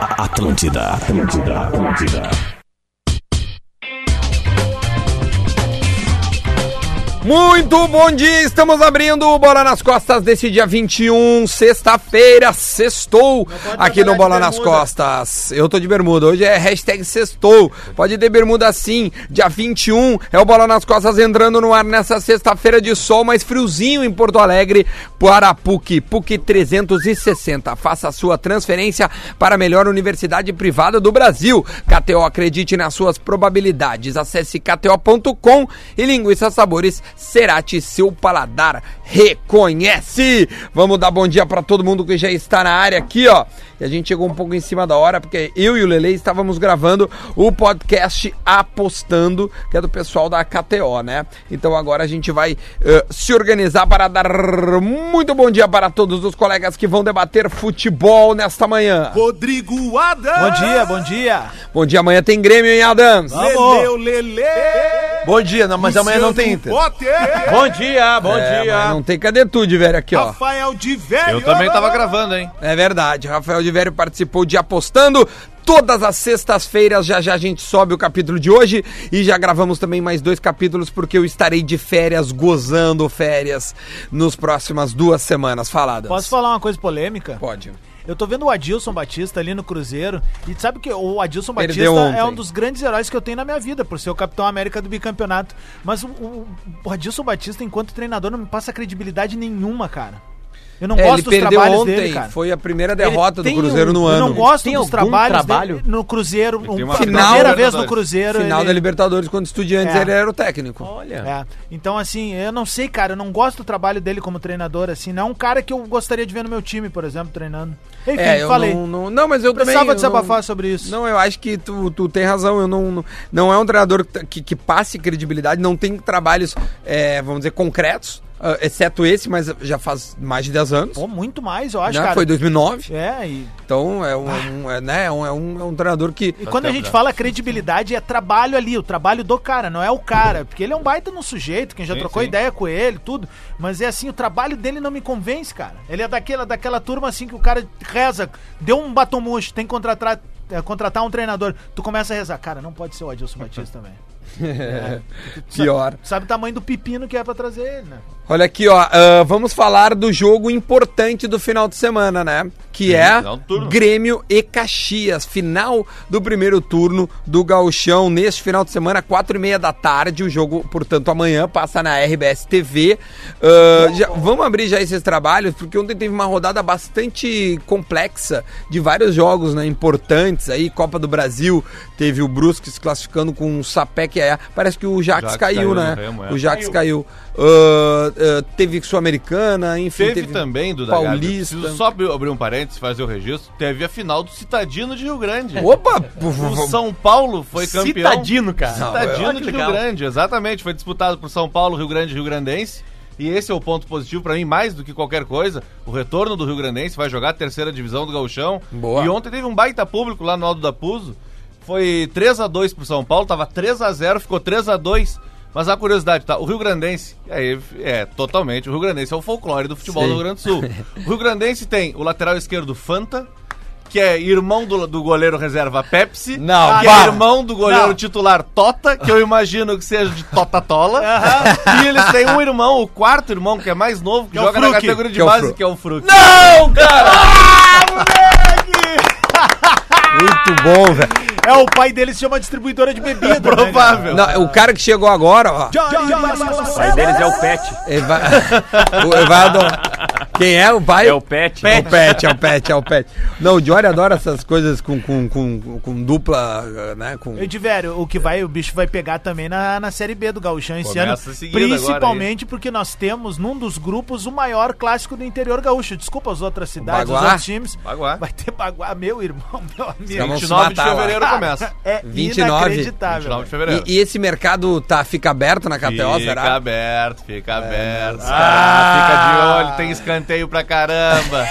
Atlântida, Atlântida, Atlântida. Muito bom dia, estamos abrindo o Bola nas Costas desse dia 21, sexta-feira, sextou aqui no Bola nas Costas. Eu tô de bermuda, hoje é hashtag sextou, pode ter bermuda sim, dia 21 é o Bola nas Costas entrando no ar nessa sexta-feira de sol, mas friozinho em Porto Alegre para a PUC, PUC 360. Faça a sua transferência para a melhor universidade privada do Brasil. KTO acredite nas suas probabilidades. Acesse kto.com e linguiça sabores Cerati seu paladar reconhece. Vamos dar bom dia para todo mundo que já está na área aqui, ó. E a gente chegou um pouco em cima da hora porque eu e o Lele estávamos gravando o podcast Apostando, que é do pessoal da KTO, né? Então agora a gente vai eh, se organizar para dar muito bom dia para todos os colegas que vão debater futebol nesta manhã. Rodrigo Adams. Bom dia, bom dia. Bom dia, amanhã tem Grêmio, hein, Adams? Leleu, Lele. Bom dia, não, mas amanhã não tem Inter. Potter. Bom dia, bom É, mas dia. não tem cadetude, velho, aqui, ó. Rafael de Velho. Eu também tava gravando, hein? É verdade, Rafael de Vério participou de Apostando. Todas as sextas-feiras, já já a gente sobe o capítulo de hoje e já gravamos também mais dois capítulos, porque eu estarei de férias, gozando férias, nos próximas duas semanas faladas. Posso falar uma coisa polêmica? Pode. Eu tô vendo o Adilson Batista ali no Cruzeiro. E sabe que o Adilson Batista Perdeu ontem. é um dos grandes heróis que eu tenho na minha vida, por ser o capitão América do bicampeonato. Mas o, o- o Adilson Batista, enquanto treinador, não me passa credibilidade nenhuma, cara. Eu não É, ele gosto dos perdeu trabalhos ontem, dele, cara. foi a primeira derrota do tem Cruzeiro um- no Eu ano. não gosto Tem dos algum trabalhos trabalho? dele no Cruzeiro. tem Um, uma final- a primeira vez no Libertadores. Cruzeiro. Final da Libertadores contra o Estudiantes, É. ele era o técnico. Olha. É. Então, assim, eu não sei, cara, eu não gosto do trabalho dele como treinador, assim, não é um cara que eu gostaria de ver no meu time, por exemplo, treinando. Enfim, É, eu falei. Não, não, não, mas eu Precisava também... eu desabafar não- sobre isso. Não, eu acho que tu, tu tem razão. Eu não, não- não é um treinador que, que- que passe credibilidade, não tem trabalhos, é, vamos dizer, concretos, ah, exceto esse, mas já faz mais de 10 anos. Pô, muito mais, eu acho, né? cara. Foi 2009. É, e, Ah. Então é um, é um- é, né, é um, é um- é um treinador que. e quando a tempo né? gente já. fala credibilidade, é trabalho ali, o trabalho do cara, não é o cara. Porque ele é um baita no sujeito, quem já Sim, trocou sim. ideia com ele, tudo. Mas é assim, o trabalho dele não me convence, cara. Ele é daquela, daquela turma assim que o cara reza, deu um batom murcho, tem que contratar, eh, contratar um treinador. Tu começa a rezar, cara, não pode ser o Adilson Batista também. É. Pior. Sabe o tamanho do pepino que é pra trazer ele, né? Olha aqui, ó. ah, vamos falar do jogo importante do final de semana, né? Que é final do turno. Grêmio e Caxias. Final do primeiro turno do Gauchão. Neste final de semana, quatro e meia da tarde. O jogo, portanto, amanhã passa na RBS TV. Ah, já- vamos abrir já esses trabalhos, porque ontem teve uma rodada bastante complexa de vários jogos, né? Importantes aí. Copa do Brasil, teve o Brusque se classificando com o Sapé, que é. Parece que o Jax, Jax caiu, caiu né? no Remo, é. O Jax caiu. Ah, ah, teve Sul-Americana, enfim. Teve, também, Duda Garbi, Paulista. Preciso só abrir, abrir um parênteses, fazer o registro. Teve a final do Citadino de Rio Grande. Opa! O São Paulo foi campeão. Citadino, cara. Citadino Olha que de Rio legal. Grande, exatamente. Foi disputado por São Paulo, Rio Grande e Rio Grandense. E esse é o ponto positivo pra mim, mais do que qualquer coisa. O retorno do Rio Grandense vai jogar a terceira divisão do Gauchão. Boa. E ontem teve um baita público lá no Aldo da Puso. Foi 3 a 2 pro São Paulo, tava 3 a 0 ficou 3 a 2 Mas a curiosidade, tá? O Rio Grandense, é, é totalmente, o Rio Grandense é o folclore do futebol Sim. do Rio Grande do Sul. o Rio Grandense tem o lateral esquerdo Fanta, que é irmão do, do goleiro reserva Pepsi. Não, que para. é irmão do goleiro Não. titular Tota, que eu imagino que seja de Tota Tola. E eles têm um irmão, o quarto irmão, que é mais novo, que, é o joga na Fruc. categoria de Que é o base, Fruc. que é o Fruc. Não, cara! Muito bom, velho. É, o pai dele se chama distribuidora de bebida. É né, Provável. Não, O cara que chegou agora, ó. O pai deles é o Pet. Ele vai... o Evaldo. Quem é o pai? É o Pet. É o pet, é o pet, é o pet. Não, o Diori adora essas coisas com, com, com, com dupla, né? Com... Eu tiveram, o que vai, o bicho vai pegar também na, na série B do Gauchão esse Começa em ano, seguida agora, principalmente porque nós temos num dos grupos o maior clássico do interior gaúcho. Desculpa as outras cidades, os Baguá? outros times. Baguá. Vai ter Baguá, meu irmão, meu amigo. vão se 29 de matar lá. fevereiro começa. É 29. 29 inacreditável. de fevereiro. E, e esse mercado tá, fica aberto na KTO, fica será? É, Ah. aberto, fica aberto. Ah, fica de olho, tem escanteio pra caramba.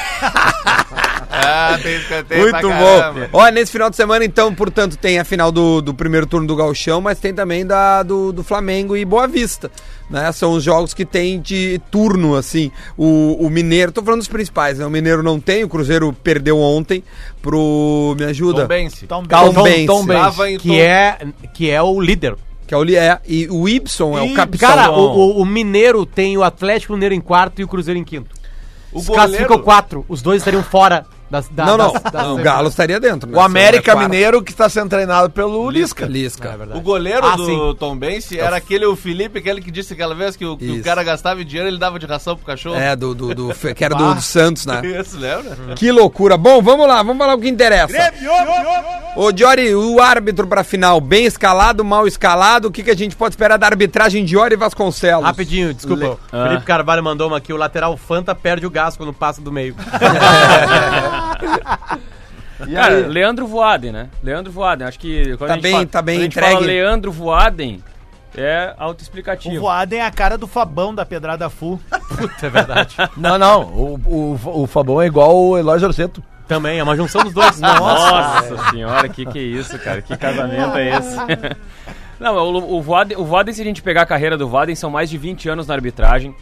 Ah, tem escanteio pra Muito caramba. bom. Ó, nesse final de semana, então, portanto, tem a final do, do primeiro turno do Galchão, mas tem também da, do, do Flamengo e Boa Vista. Né? São os jogos que tem de turno, assim. O, o Mineiro, tô falando dos principais, né? O Mineiro não tem, o Cruzeiro perdeu ontem pro. Me ajuda? Tombense. Tom Calma. Benz. Tombense. Tava em Tom- que, é, que é o líder. Que é o, Li- é, e o Ibson é o E, capitão. Cara, o, o- o Mineiro tem o Atlético Mineiro em quarto e o Cruzeiro em quinto. O Se classificam quatro, os dois estariam fora das, da, não, não. das- das- o Galo estaria dentro. né? O América É quarto. Mineiro que está sendo treinado pelo Lisca. Lisca. O goleiro Ah, do sim. Tombense era aquele o Felipe, aquele que disse aquela vez que o, que o Isso. cara gastava dinheiro, ele dava de ração pro cachorro. Ah. É, do, do, do, que era do, do Santos, né? Isso, lembra? Que loucura. Bom, vamos lá, vamos falar o que interessa. Ô, Diori, o árbitro pra final, bem escalado, mal escalado, o que, que a gente pode esperar da arbitragem de Diori e Vasconcelos? Ah. Rapidinho, desculpa. Ah. O Felipe Carvalho mandou uma aqui, o lateral Fanta perde o gás quando passa do meio. Cara, Leandro Voaden, né? Leandro Voaden, acho que quando Tá a gente bem- fala, tá bem quando a gente entregue. fala Leandro Voaden é O autoexplicativo. Voaden é a cara do Fabão da Pedrada Full. é verdade. Não, não. O, o, o Fabão é igual o Eloy Jorceto. Também, é uma junção dos dois. Ah, Nossa senhora, que que é isso, cara? Que casamento é esse? Não, o, o, Voaden, o Voaden, se a gente pegar a carreira do Voaden, são mais de 20 anos na arbitragem.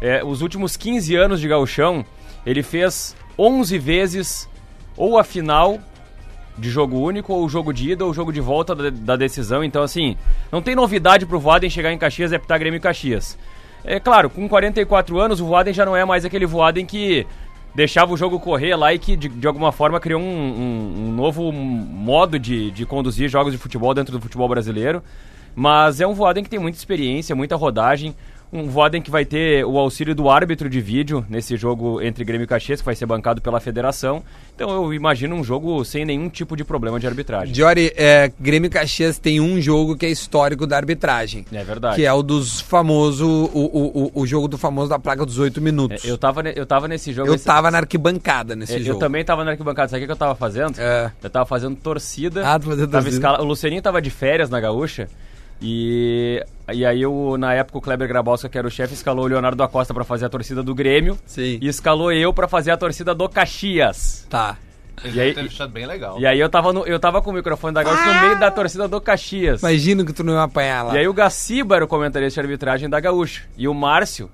É, os últimos 15 anos de gauchão, ele fez 11 vezes ou a final de jogo único, ou jogo de ida, ou jogo de volta da, da decisão. Então, assim, não tem novidade pro Voaden chegar em Caxias e apitar Grêmio e Caxias. É claro, com 44 anos, o Voaden já não é mais aquele Voaden que deixava o jogo correr lá e que, de, de alguma forma, criou um, um- um novo modo de, de conduzir jogos de futebol dentro do futebol brasileiro. Mas é um Voaden que tem muita experiência, muita rodagem. Um Voaden que vai ter o auxílio do árbitro de vídeo nesse jogo entre Grêmio e Caxias, que vai ser bancado pela federação. Então eu imagino um jogo sem nenhum tipo de problema de arbitragem. Diori, é, Grêmio e Caxias tem um jogo que é histórico da arbitragem. É verdade. Que é o dos famoso, o, o, o, o jogo do famoso da placa dos oito É, minutos. Eu tava, ne- eu tava nesse jogo. Eu esse- tava na arquibancada nesse é, jogo. Eu também tava na arquibancada. Sabe o que que eu tava fazendo? É. Eu tava fazendo torcida. Ah, tu fazia tava torcida. escala- O Lucianinho tava de férias na Gaúcha. E, e aí, eu, na época, o Kleber Grabowska, que era o chefe, escalou o Leonardo da Costa pra fazer a torcida do Grêmio. Sim. E escalou eu pra fazer a torcida do Caxias. Tá. Ele E aí- deve ter achado bem legal. E aí eu tava, no- eu tava com o microfone da Gaúcha Ah! no meio da torcida do Caxias. Imagino que tu não ia apanhar lá E aí o Gaciba era o comentarista de arbitragem da Gaúcha. E o Márcio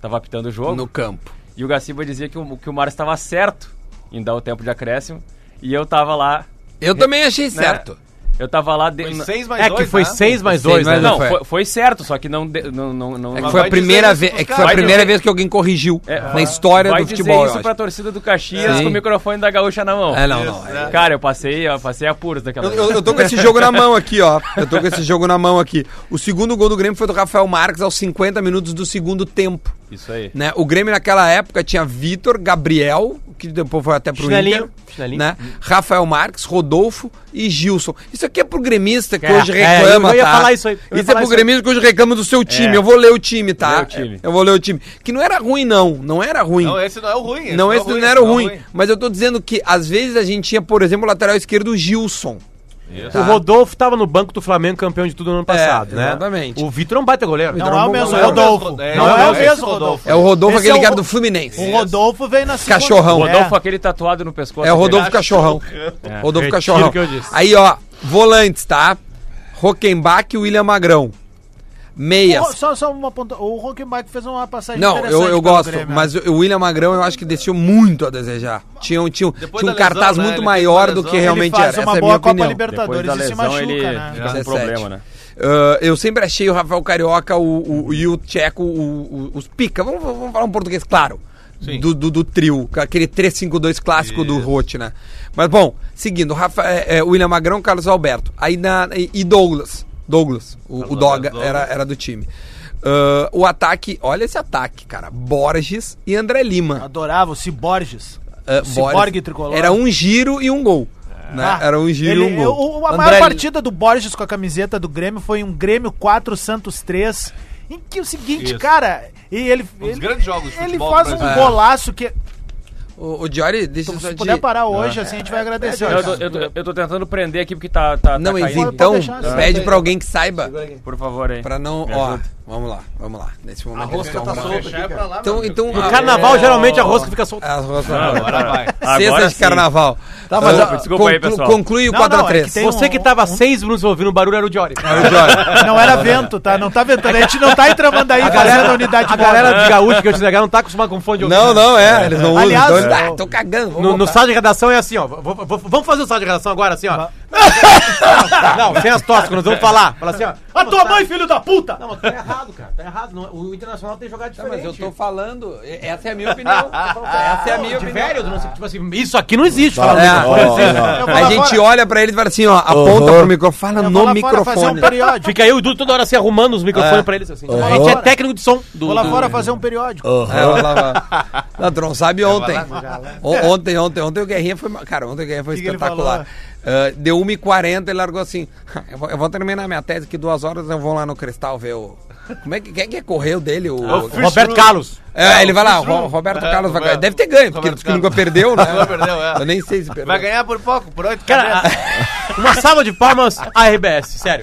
tava apitando o jogo. no campo. E o Gaciba dizia que o, que o Márcio tava certo em dar o tempo de acréscimo. E eu tava lá. né? Eu também achei certo. Eu tava lá Foi dentro. seis mais É que dois, foi né? seis mais Seis dois, né? mais Não, Mas não foi, foi certo, só que não. de- não, não, não É que Mas foi a vai dizer primeira isso vez, pros é que foi a caras. primeira Vai vez que alguém corrigiu É, na história vai do futebol. dizer eu isso acho. pra torcida do Caxias Sim. com o microfone da gaúcha na mão. É, não, não. é- Cara, eu passei, eu passei apuros daquela Eu, eu- eu tô com esse jogo na mão aqui, ó. Eu tô com esse jogo na mão aqui. O segundo gol do Grêmio foi do Rafael Marques aos 50 minutos do segundo tempo. Isso aí. Né? O Grêmio naquela época tinha Vitor, Gabriel, que depois foi até pro Chinelinho, Inter, chinelinho. né? Rafael Marques, Rodolfo e Gilson. Isso aqui é pro gremista que É, hoje é, reclama, eu ia tá? falar isso aí, eu ia é falar pro isso aí. gremista que hoje reclama do seu time. É. Eu vou ler o time, Vou ler tá? o time. Eu vou ler o time. Que não era ruim, não. Não era ruim. Não, esse não é o ruim. Não, esse é o não era é o ruim. Mas eu tô dizendo que às vezes a gente tinha, por exemplo, o lateral esquerdo o Gilson. Tá. O Rodolfo tava no banco do Flamengo, campeão de tudo no ano passado, né? exatamente. O Vitor é um baita goleiro. Não Vitor é o Hugo mesmo goleiro. Rodolfo. É, Não é o esse mesmo Rodolfo. Rodolfo. É o Rodolfo, Esse aquele é o- cara do Fluminense. O Rodolfo veio na segunda. Cachorrão. É. Rodolfo, aquele tatuado no pescoço. É. É o dele. Rodolfo Cachorrão. Rodolfo É. Retiro Cachorrão. o que eu disse. Aí, ó, volantes, tá? Rockenbach e William Magrão. O Ro- Meias. Só, só uma ponta. O Ronkenbach fez uma passagem Não, eu, eu é pelo gosto, Grêmio, né? mas o William Magrão eu acho que deixou muito a desejar. Tinha, um- tinha, um- tinha um Depois da lesão, cartaz né? muito Ele maior teve uma do que lesão. ele realmente era. faz Essa é uma a minha boa Copa opinião. Depois da Libertadores e se lesão, machuca, ele né? fica com 17. problema, né? Ah, eu sempre achei o Rafael Carioca o, o, e o Tcheco o- o- os pica. Vamos, vamos falar um português claro. Do, do, do trio, com aquele 3-5-2 clássico do Rote, né? Mas bom, seguindo, Rafa, é, é, William Magrão, Carlos Alberto. Aí na, e- e Douglas. Douglas, o, o Doga Alberto, era, era do time. Ah, o ataque, olha esse ataque, cara. Borges e André Lima. Adorava o Ciborges. Ah, o Borges. Ciborgue tricolor. Era um giro e um gol. né? Ah, Era um giro ele- e um gol. o- o- a André maior Li- partida do Borges com a camiseta do Grêmio foi um Grêmio 4 Santos 3. Em que o seguinte, Isso. cara, e ele, Um dos ele, grandes jogos de ele futebol faz do um Brasil. golaço que. O, o Diori, deixa eu só Se te- puder parar hoje, assim a gente vai agradecer. Eu tô, eu tô- eu tô tentando prender aqui porque tá. tá- tá Não, mas caindo. Pode então, deixar, pede pra alguém que saiba, Por favor aí. pra não, Então, ó, Vamos lá, vamos lá. Nesse momento. A rosca tá solta aqui, cara. Então, então No a- carnaval, geralmente, a rosca fica solta. a rosca- Agora vai. Sexta Agora de sim. carnaval. Ah, Então, Tá, mas Desculpa, desculpa aí, Conclu- pessoal. Conclui o Não, quadro não, é que 3. tem- Você que um- tava há seis minutos ouvindo o barulho era o Diori. Não era vento, É. tá? Não tá ventando. A gente não tá entramando aí, galera da unidade A móvel. galera de gaúcho que eu te negar não tá acostumada com fone de ouvido. Não, não, é. Eles não Aliás, usam. Então, eles- não. ah, tô cagando. vamos No, no botar. sal de redação é assim, ó. Vou- vou- vou- vamos fazer o sal de redação agora, assim, ó. Não, sem as toscas, nós vamos falar. Fala assim, ó. A tua mãe, filho da puta! Não, mas tá errado, cara. Tá errado. Não, o Internacional tem jogado Tá, mas diferente. eu tô falando. e- Essa é a minha opinião. Essa é a minha de opinião. velho, não sei, tipo assim, isso aqui não existe. Tá, É. fala, ó, não, não. ó, ó. Eu vou lá A gente fora- olha pra ele e fala assim, ó, aponta pro microfone, fala eu vou no lá fora fazer um microfone. Uhum. periódico. Fica eu e o Dudu toda hora se arrumando os microfones pra eles, assim. A gente é fora. técnico de som. Do, Vou lá do- fora fazer um periódico. É, vai lá, vai. Não, tu não sabe ontem. O- Ontem, ontem, ontem o Guerrinha foi. ma- Cara, ontem o Guerrinha foi Que que ele espetacular. Ah, deu 1h40 ele largou assim. Eu vou, eu vou terminar minha tese que duas horas eu vou lá no Cristal ver o. Como é que, quem é que correu dele? O, Roberto Carlos. É, ele vai lá, o Ro- Roberto Carlos vai ganhar. Deve ter ganho, porque ele Roberto disse que nunca perdeu, né? Nunca perdeu, é. Eu nem sei se perdeu. Vai ganhar por pouco, por oito Cara, cabeças. a- uma salva de palmas à RBS, sério.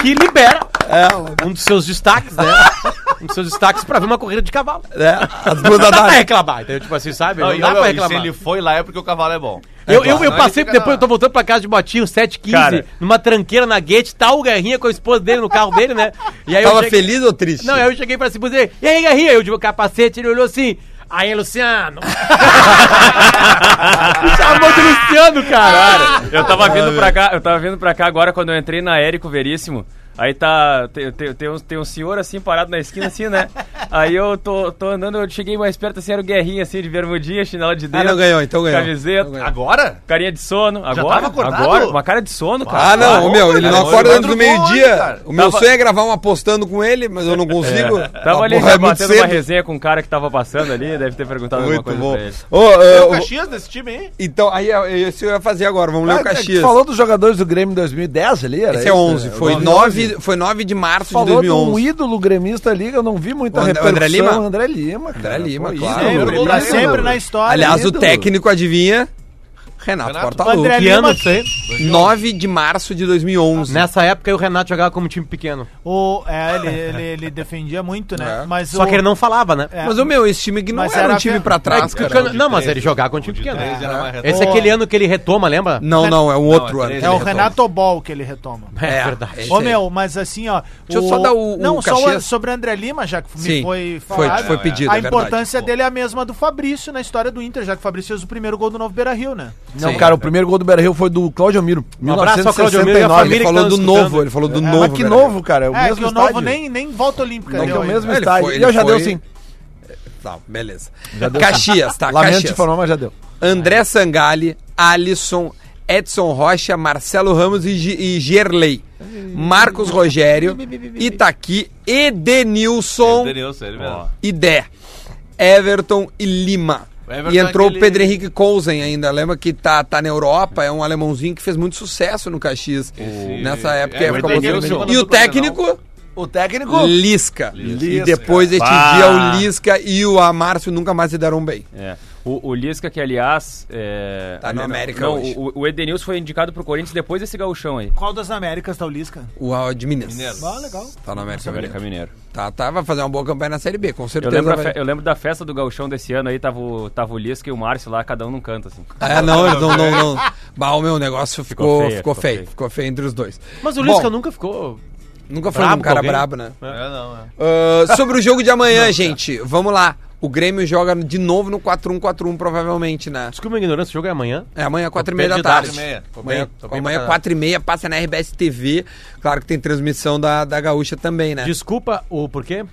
Que libera É. um dos seus destaques, né? Um dos seus destaques pra ver uma corrida de cavalo. Tá né? As Não duas da dá pra tarde. É, reclamar, Então, entendeu? Tipo assim, sabe? Não, Não, e, dá ô, pra meu, e se reclamar. ele foi lá é porque o cavalo é bom. Eu, eu, eu Não, passei, ele fica depois na- eu tô voltando pra casa de Botinho, 7h15, Cara. numa tranqueira na Gate, tá o Guerrinha com a esposa dele no carro dele, né? E aí Tava eu cheguei, feliz ou triste? Não, aí eu cheguei pra cima dele, e aí Guerrinha? Eu de meu capacete, ele olhou assim, aí Luciano. Me Chamou de Luciano, cara. Eu tava vindo pra cá, eu tava vindo pra cá agora quando eu entrei na Érico Veríssimo. Aí tá. Tem, tem, tem um, tem um senhor assim parado na esquina, assim, né? Aí eu tô, tô andando, eu cheguei mais perto assim, era o guerrinha assim, de bermudinha, chinela de Ah, dentro. não ganhou, então ganhou. Camiseta. Então ganhou. Agora? Carinha de sono. Agora? tava acordado? agora? Uma tá cara de sono, cara. Ah, não, o meu, ele cara, não hoje acorda antes do madrugou hoje, meio-dia. cara. O meu Tava- sonho é gravar um apostando com ele, mas eu não consigo. Tava Ah, ali porra, já é muito batendo uma cedo. resenha com um cara que tava passando ali, deve ter perguntado Muito alguma coisa bom. pra ele. Ô, é, Tem o- o Caxias desse time aí? então, aí é- esse eu ia fazer agora, vamos ler o Ah, é que Caxias. tu falou dos jogadores do Grêmio em 2010 ali, era Esse é isso? 11, foi Nove- 9, foi 9 de março de Falou de um 2011. ídolo gremista ali que eu não vi muita É, O André- repercussão. André Lima? André Lima, cara. André Lima, Pô, claro. ídolo, Primeiro gol Pra pra ídolo. sempre na história. Aliás, o ídolo. técnico adivinha? Renato, Renato. O Portaluppi. André Que ano Lima, isso aí? 9 de março de 2011. Nessa época o Renato jogava como time pequeno. o, é, ele, ele, ele defendia muito, né? É. Mas Só o- que ele não falava, né? é, Mas o meu, esse time que não Mas era, um era time mesmo. pra trás, Que o cara. Cano- não, mas ele jogava com o time pequeno. Três era mais redondo. Esse é aquele ano que ele retoma, lembra? Não, não, é um outro é ano. três, é o ele retoma. Renato Ball que ele retoma. É verdade. esse Ô aí. meu, mas assim, ó. Deixa eu só dar o- o Não, só Caxias. sobre o André Lima, já que Sim, me foi foi, falado. foi pedido, a é verdade. importância dele é a mesma do Fabrício na história do Inter, já que o Fabrício fez o primeiro gol do Novo Beira Rio, né? Não, Sim. cara, o primeiro gol do Beira-Rio foi do Cláudio Miro, Um abraço ao Claudio Miro e à Ele 1969. família que falou tá do nos novo, escutando. ele falou do novo. Mas que né? novo, cara, é o é, mesmo que o estádio. Novo nem, nem volta olímpica. né? Não, que é deu o ainda. mesmo Ele estádio. foi- e eu ele já foi- deu sim. Tá, beleza. deu. Caxias, tá, Lamento te Caxias. informar, mas já deu. André Sangalli, Alisson, Edson Rocha, Marcelo Ramos e, Gi- e Gerley. Marcos Rogério, Itaqui, Ele Edenilson deu, sério mesmo. e Dé. Everton e Lima. O Everton e entrou é aquele- o Pedro Henrique Cousen ainda. Lembra que tá, tá na Europa, é um alemãozinho que fez muito sucesso no Caxias. Nessa época. é, e o ficou Edenilson. muito bem. E o técnico... O técnico... Lisca. E depois este dia o Lisca e o Amárcio nunca mais se deram bem. É. O, o Lisca, que aliás. É... Tá no América não, hoje. O, o Edenilson foi indicado pro Corinthians depois desse gauchão aí. Qual das Américas tá o Lisca? O a- de Minas. Mineiro. Ah, legal. Tá no América América Mineiro. Mineiro. Tá, tá, vai fazer uma boa campanha na Série B, com Eu certeza. lembro, a vai. fe- eu lembro da festa do gauchão desse ano aí, tava o, tava o Lisca e o Márcio lá, cada um num canto, assim. É, não, eles não, não, não. Bah, o meu negócio ficou, ficou, Ficou feio, ficou feio, feio. ficou feio entre os dois. Mas o Bom, Lisca nunca ficou. Nunca foi brabo um cara com alguém? brabo, né? É, não, é. Ah, sobre o jogo de amanhã, gente, vamos lá. O Grêmio joga de novo no 4-1-4-1, provavelmente, né? Desculpa minha ignorância, o jogo é amanhã. É amanhã, bem 4h30 da tarde. de tarde, meia. Tô Amanhã, bem, tô bem amanhã pra 4h30, passa na RBS TV. Claro que tem transmissão da, da Gaúcha também, né? Desculpa o porquê?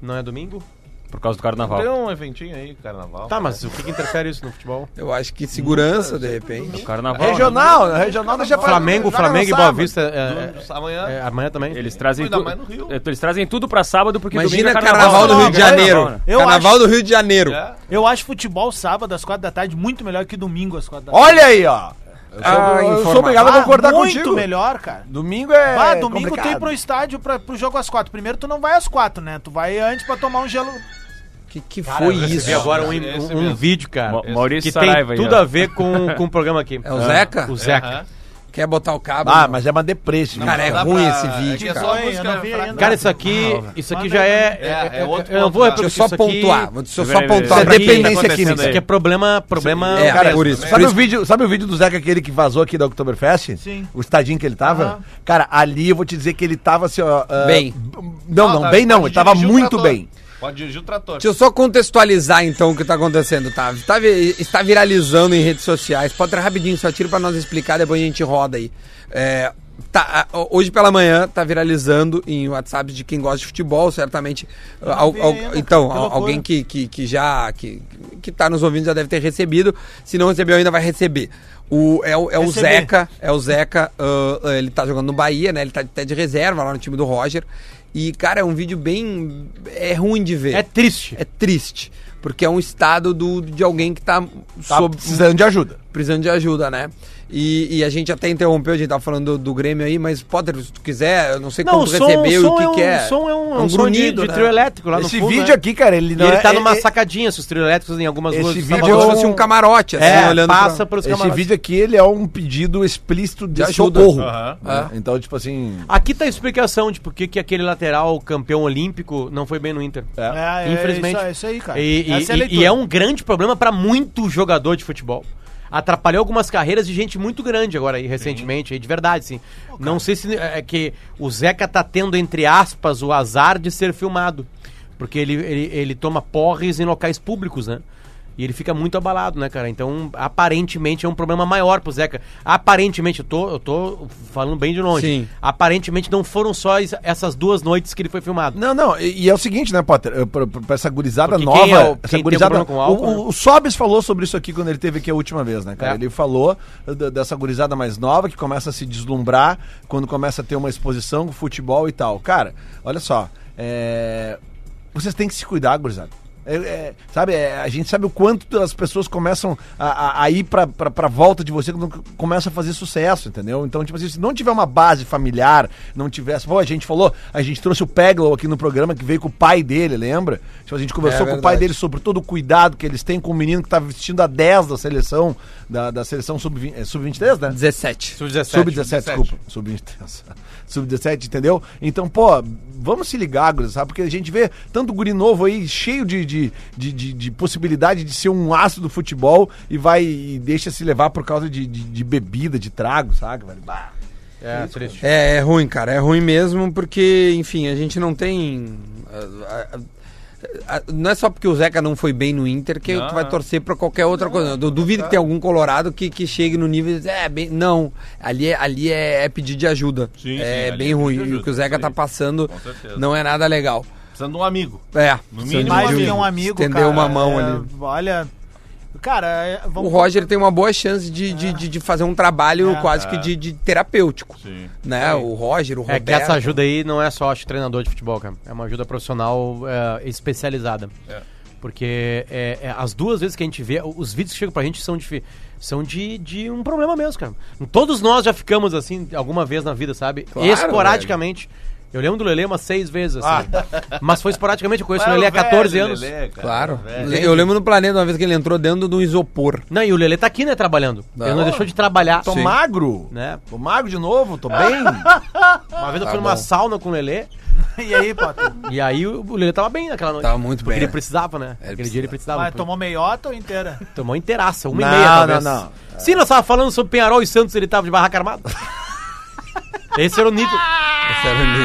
Não é domingo? Por causa do carnaval. Tem um eventinho aí, carnaval. Tá, mas o que, que interfere isso no futebol? Eu acho que segurança, de repente. Carnaval. né? Regional, né? regional deixa pra... Flamengo, joga Flamengo e no Boa sábado. Vista é, Do- Amanhã. é- é amanhã também. Eles trazem, Ainda tu... mais no Rio. É, Eles trazem tudo pra sábado, porque Imagina domingo é carnaval do né? Rio de É carnaval, Janeiro. né? Eu Carnaval acho- do Rio de Janeiro. É. Eu acho futebol sábado às quatro da tarde muito melhor que domingo às quatro da tarde. Olha aí, ó. Eu sou, Ah, eu sou informado. obrigado a concordar muito contigo. melhor, cara. Domingo é Ah, domingo complicado. tem pro estádio, pra, pro jogo às quatro. Primeiro tu não vai às quatro, né? Tu vai antes pra tomar um gelo. Que que Cara, foi eu recebi isso? agora um, Esse um- um mesmo. vídeo, cara. Ma- Maurício que Saraiva aí, tem tudo ó. a ver com, com o programa aqui. É o Zeca? O Zeca. Quer botar o cabo? Ah, não. mas é uma depressa. Tá Cara, é Dá ruim pra- esse vídeo, é que é cara. só Oi, música eu não vi ainda. né? Cara, isso aqui, isso aqui já é. É, é outro eu não vou repetir ponto, Deixa eu só isso aqui. pontuar. vou- Deixa eu só Peraí, peraí, pontuar. peraí. pra quem- Depende- dependência né? acontecendo química. Isso aqui é problema, problema. É, Cara, por isso. por Sabe o, isso- vídeo, sabe o vídeo do Zeca, aquele que vazou aqui da Oktoberfest? Sim. O estadinho que ele tava? Aham. Cara, ali eu vou te dizer que ele tava assim, ó. ah, Bem. b- Não, não, bem não. Ele tava muito bem. Pode dirigir o trator. Deixa eu só contextualizar então o que tá acontecendo, tá? Tá vi- está viralizando em redes sociais. Pode ser rapidinho, só tira pra nós explicar, depois a gente roda aí. É, tá, a- hoje pela manhã tá viralizando em WhatsApp de quem gosta de futebol, certamente. al- vi al- ainda, então, Tá que al- loucura. alguém que, que, que já. Que, que tá nos ouvindo já deve ter recebido. Se não recebeu ainda, vai receber. O, é o, é o Receber. Zeca. Zeca, é o Zeca, ah, ele tá jogando no Bahia, né? Ele tá até de reserva lá no time do Roger. E, cara, é um vídeo bem. É ruim de ver. É triste. É triste. Porque é um estado do, de alguém que tá, Tá sob- precisando de ajuda. precisando de ajuda, né? E, e a gente até interrompeu, a gente tava falando do, do Grêmio aí, mas Potter, se tu quiser, eu não sei Não, como o tu som, recebeu e o som o que, é um, que é. som é um, é um um som de, grunhido, de né? trio elétrico lá no Esse fundo, vídeo né? aqui, cara, ele E não ele tá é- numa é- sacadinha, se os trio elétricos em algumas Esse ruas. vídeo É Salvador. como se fosse um camarote, assim, É, olhando pra- passa pelos Esse camaradas. vídeo aqui, ele é um pedido explícito de, De ajuda. socorro. Aham. né? É. Então, tipo assim... Aqui tá a explicação de por que que aquele lateral campeão olímpico não foi bem no Inter. É, é, Infelizmente. isso, é isso aí, cara. E, e- Essa é a e- leitura. e é um grande problema pra muito jogador de futebol. Atrapalhou algumas carreiras de gente muito grande agora aí, recentemente, aí, de verdade, sim. Não sei se é é que o Zeca tá tendo, entre aspas, o azar de ser filmado. Porque ele, ele, ele toma porres em locais públicos, né? E ele fica muito abalado, né, cara? Então, aparentemente, é um problema maior pro Zeca. Aparentemente, eu tô, eu tô falando bem de longe. Sim. Aparentemente, não foram só es- essas duas noites que ele foi filmado. Não, não, e, e é o seguinte, né, Potter? eh, Pra, pra- pra essa gurizada Porque nova. quem é o- quem essa tem gurizada, problema com álcool, o, o- né? o Sobes falou sobre isso aqui quando ele teve aqui a última vez, né, cara? É. Ele falou eh, d- dessa gurizada mais nova que começa a se deslumbrar quando começa a ter uma exposição com futebol e tal. Cara, olha só. eh, vocês têm que se cuidar, gurizada. É, é, sabe, é, a gente sabe o quanto as pessoas começam a, a- a ir pra, pra, pra volta de você quando começa a fazer sucesso, entendeu? Então, tipo assim, se não tiver uma base familiar, não tivesse. Pô, a gente falou, a gente trouxe o Peglow aqui no programa que veio com o pai dele, lembra? Tipo, a gente conversou com o pai verdade. dele sobre todo o cuidado que eles têm com o menino que tá vestindo a 10 da seleção, da, da seleção sub-20, é, sub-23, né? 17. Sub-17, desculpa. Sub-17. Sub-17, entendeu? Então, pô, vamos se ligar, gurizada, sabe? Porque a gente vê tanto guri novo aí, cheio de, de, de, de- de possibilidade de ser um astro do futebol e vai e deixa se levar por causa de, de, de bebida, de trago, sabe? velho? Bah. É, triste. É, é ruim, cara. É ruim mesmo porque, enfim, a gente não tem. a- a- a- Não é só porque o Zeca não foi bem no Inter que tu vai torcer pra qualquer outra coisa. Eu duvido que tenha algum colorado que, que chegue no nível e diz, é, bem, não. Ali, é- ali é, é pedir de ajuda. Sim, sim, é ali bem é pedir ruim. de E o ajuda, que o Zeca isso tá aí. passando Com certeza. não é nada legal. Precisando de um amigo. É. No mínimo, Mais Amigo. que um amigo, Estender cara. uma mão é, ali. Olha, cara, é, O vamos- Roger tem uma boa chance de, É. de, de- de fazer um trabalho É. quase que de, de terapêutico. Sim. Né? O Roger, o É Roberto. que essa ajuda aí não é só acho, treinador de futebol, cara. É uma ajuda profissional é, especializada. É. Porque é, é, as duas vezes que a gente vê, os vídeos que chegam pra gente são de, são de, de um problema mesmo, cara. Todos nós já ficamos assim alguma vez na vida, sabe? Claro, Esporadicamente. Eu lembro do Lele umas seis vezes, assim. Mas foi esporadicamente, eu conheço Mas é o Lele há velho 14 é anos. Lelê, cara, Claro. velho. Eu lembro no planeta uma vez que ele entrou dentro de um isopor. Não, e o Lele tá aqui, né, trabalhando. Ele não deixou de trabalhar. Tô magro? Né? Tô magro de novo? Tô bem? Uma Tá vez eu fui numa sauna com o Lele, Tá E aí, Potter? e aí o o Lele tava bem naquela noite. Tava muito Porque bem, ele né? precisava, né? Aquele dia ele precisava. Mas tomou meiota ou inteira? Tomou inteiraça, uma Não, e meia, talvez. não, não. Sim, nós tava falando sobre Penharol e Santos, ele tava de barraca armada. Esse era o nível.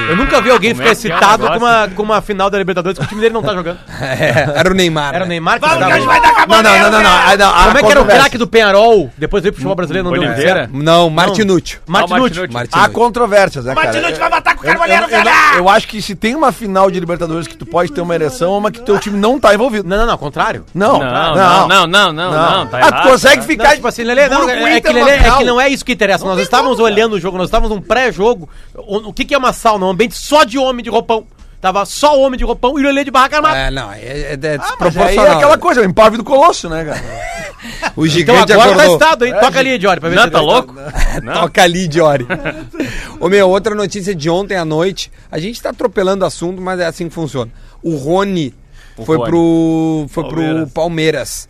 Eu nunca vi alguém ficar Ah! é que é o excitado com, negócio? uma, com uma final da Libertadores que o time dele não tá jogando. É, era o Neymar. Era o né? Neymar que tava. não, não, não, não, não. Ah, não, ah, Como é que era o controvérsia. craque do Penharol? Depois veio pro futebol brasileiro, não Ah, deu Oliveira? certo. Não, Martinucci. Martinucci. Martinucci. Há controvérsias, né, cara? Martinucci vai matar com o Carvalheiro, eu, eu, eu, acho que se tem uma final de Libertadores que tu pode ter uma ereção, é uma que teu time não tá envolvido. Não, não, não, ao contrário. Não, Não, não, não, não, não, não, tá ah, tu errado. consegue Não, ficar... tipo assim, Lelê, não, Burro é, que Inter Lelê, é Macau. que não é isso que interessa. Nós estávamos olhando o jogo, nós estávamos num pré-jogo. O, o que, que é uma sauna? Um ambiente só de homem de roupão. Tava só homem de roupão e o Lelê de barraca armada. É, não, é, Ah, é, é Mas aí desproporcional. é aquela coisa, o impávido do Colosso, né, cara? O Então gigante agora tá acordou. É, estado, hein? Toca ali, Diori, pra ver Não, se tá ele louco? Não. Toca ali, Diori. Ô, meu, outra notícia de ontem à noite. A gente tá atropelando o assunto, mas é assim que funciona. O Rony foi Rony. pro foi Palmeiras. pro Palmeiras.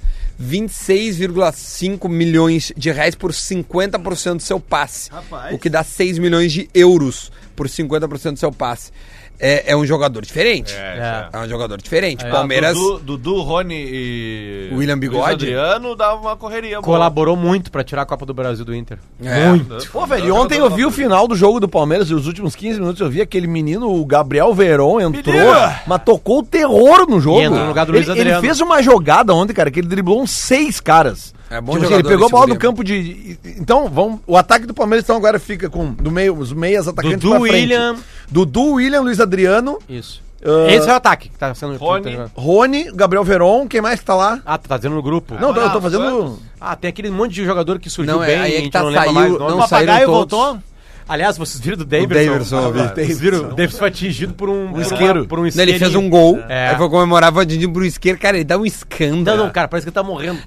26,5 milhões de reais por 50% do seu passe. Rapaz. O que dá 6 milhões de euros por 50% do seu passe. É, é um jogador diferente. É, É. um jogador diferente. Tá, Palmeiras. Dudu, Dudu, Rony e. William Bigode? Luiz Adriano dava uma correria. boa. Colaborou muito pra tirar a Copa do Brasil do Inter. É. Pô, velho, e ontem eu vi o final do jogo do Palmeiras e os últimos 15 minutos eu vi aquele menino, o Gabriel Veron, entrou, mas tocou o terror no jogo. E entrou no lugar do Luiz ele, ele Adriano. fez uma jogada ontem, cara, que ele driblou uns seis caras. É bom assim, jogador tipo. ele pegou a esse bola do William. campo de. Então, vamos, o ataque do Palmeiras então agora fica com do meio, os meias atacantes Dudu, pra frente. William. Dudu, William, Luiz Adriano, Isso. Ah. Esse é o ataque que tá sendo. Rony. Rony, Gabriel Veron, quem mais que tá lá? Ah, tu tá dizendo no grupo. Não, eu tô Renato fazendo. Ah, tem aquele monte de jogador que surgiu Não, é, bem aí é e a que gente tá, não lembra saiu, mais o não nome. saíram papagaio todos. voltou? Aliás, vocês viram do Davidson? Davidson, eu vi. Ah, Vocês viram? O Davidson foi atingido por um, por isqueiro. uma- por um Não, Ele fez um gol, É. aí foi comemorar, vai de pro isqueiro, cara, ele dá um Não, escândalo. não, cara, parece que ele tá morrendo.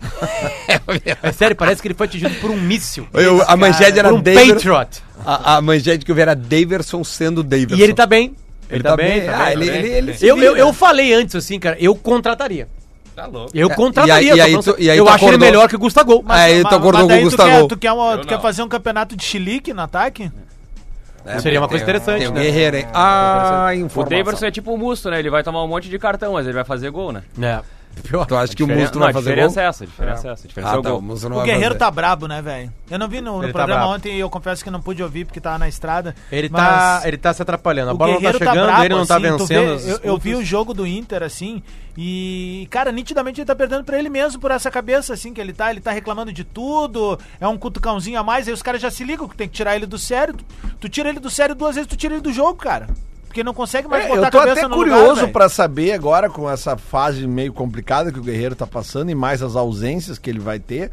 É sério, parece que ele foi atingido por um míssil. Eu- a manchete era por um Daver- Patriot. A, a manchete que eu vi era Daverson sendo Daverson. E ele tá bem. Ele, tá, bem. tá ah, bem. ele, bem. ele, ele se Eu, eu, vira. eu falei antes, assim, cara, eu contrataria. Tá louco. Eu É, contrataria. e aí- e aí só pra- tu- e aí eu tu acho ele acordou. melhor que o Gustavo. Mas- Aí tu acordou mas com o daí Gustavo. Tu quer, tu quer, uma- Eu tu quer não. fazer um campeonato de chilique no ataque? É, Seria uma coisa tem- interessante, tem o né? Guerreiro, hein? Ah, O informação. Davidson é tipo o Musto, né? Ele vai tomar um monte de cartão, mas ele vai fazer gol, né? É. um- Tu acha que o Diferen- Musto não, vai a fazer diferença gol? é essa, a diferença é, essa. A diferença é Ah, o tá, gol. o Musto não O vai Guerreiro fazer. tá brabo, né, velho? Eu não vi no, no Ele tá programa brabo. ontem e eu confesso que não pude ouvir porque tava na estrada. Ele, mas- tá, ele tá se atrapalhando. A O bola não tá Guerreiro tá chegando, brabo, ele não tá assim, tu vencendo. vê- as eu, eu vi o disputas. jogo do Inter, assim, e, cara, nitidamente ele tá perdendo pra ele mesmo por essa cabeça, assim, que ele tá. Ele tá reclamando de tudo, é um cutucãozinho a mais, aí os caras já se ligam que tem que tirar ele do sério. Tu, tu tira ele do sério duas vezes, tu tira ele do jogo, cara. Porque não consegue mais É, botar eu tô a cabeça até no lugar, curioso velho. pra saber agora com essa fase meio complicada que o Guerreiro tá passando e mais as ausências que ele vai ter.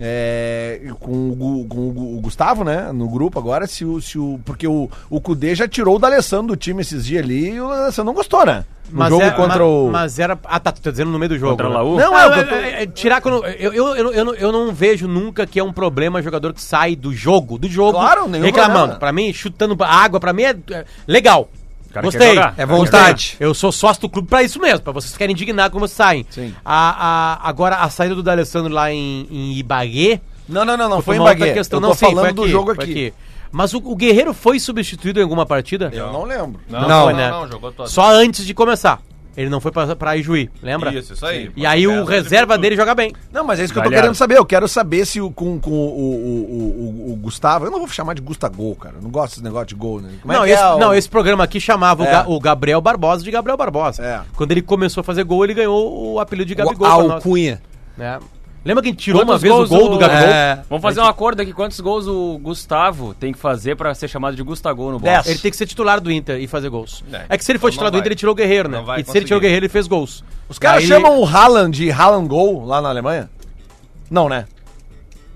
é, e com, o, Gu- com o Gu- o Gustavo, né? No grupo agora, se o. Se o porque o, o Kudê já tirou o D'Alessandro do time esses dias ali e o D'Alessandro não gostou, né? No Mas jogo era- contra ma- o. Mas era. Ah, tá, tu tá dizendo no meio do jogo. Contra o né? Laú? Não, Ah, é, eu eu- é, é, tirar quando. Eu, eu, eu, eu, não- eu não vejo nunca que é um problema jogador que sai do jogo, do jogo. Claro, nenhum Reclamando. problema. Pra mim, chutando a água, pra mim é, é legal. cara quer Gostei. jogar. É vontade. Eu sou sócio do clube pra isso mesmo, pra vocês ficarem indignados como saem. Sim. A, a- agora, a saída do D'Alessandro lá em, em Ibagué. Não, não, não, não. Foi em uma outra Bagué. Questão, eu tô não, sim, falando foi do aqui, jogo foi aqui. Mas o, o Guerreiro foi substituído em alguma partida? Eu não lembro. Não, Não, não, foi, não, né? não, jogou toda. Só antes de começar. Ele não foi pra, pra Ijuí, lembra? Isso, isso aí. E aí o Essa reserva dificuldade. dele joga bem. Não, mas é isso que eu tô Galhardo. querendo saber. Eu quero saber se o, com, com o, o, o- o Gustavo. Eu não vou chamar de Gusta Gol, cara. Eu não gosto desse negócio de gol, né? Como é não, que é esse, o- não, esse programa aqui chamava o É. Ga- o, Gabriel Barbosa de Gabriel Barbosa. É. Quando ele começou a fazer gol, ele ganhou o apelido de O Gabigol. pra nós, Alcunha. né? Lembra que a gente tirou Quantos uma vez o gols gol o- do Gabigol? É. Vamos fazer um acordo aqui. Quantos gols o Gustavo tem que fazer pra ser chamado de Gustavo no bola? Dez. Ele tem que ser titular do Inter e fazer gols. É. É, que se ele for Então titular do não Inter, vai. ele tirou o Guerreiro, né? Não vai E se ele tirou o conseguir. Guerreiro, ele fez gols. Os caras Aí ele- chamam o Haaland de Haaland Gol lá na Alemanha? Não, né?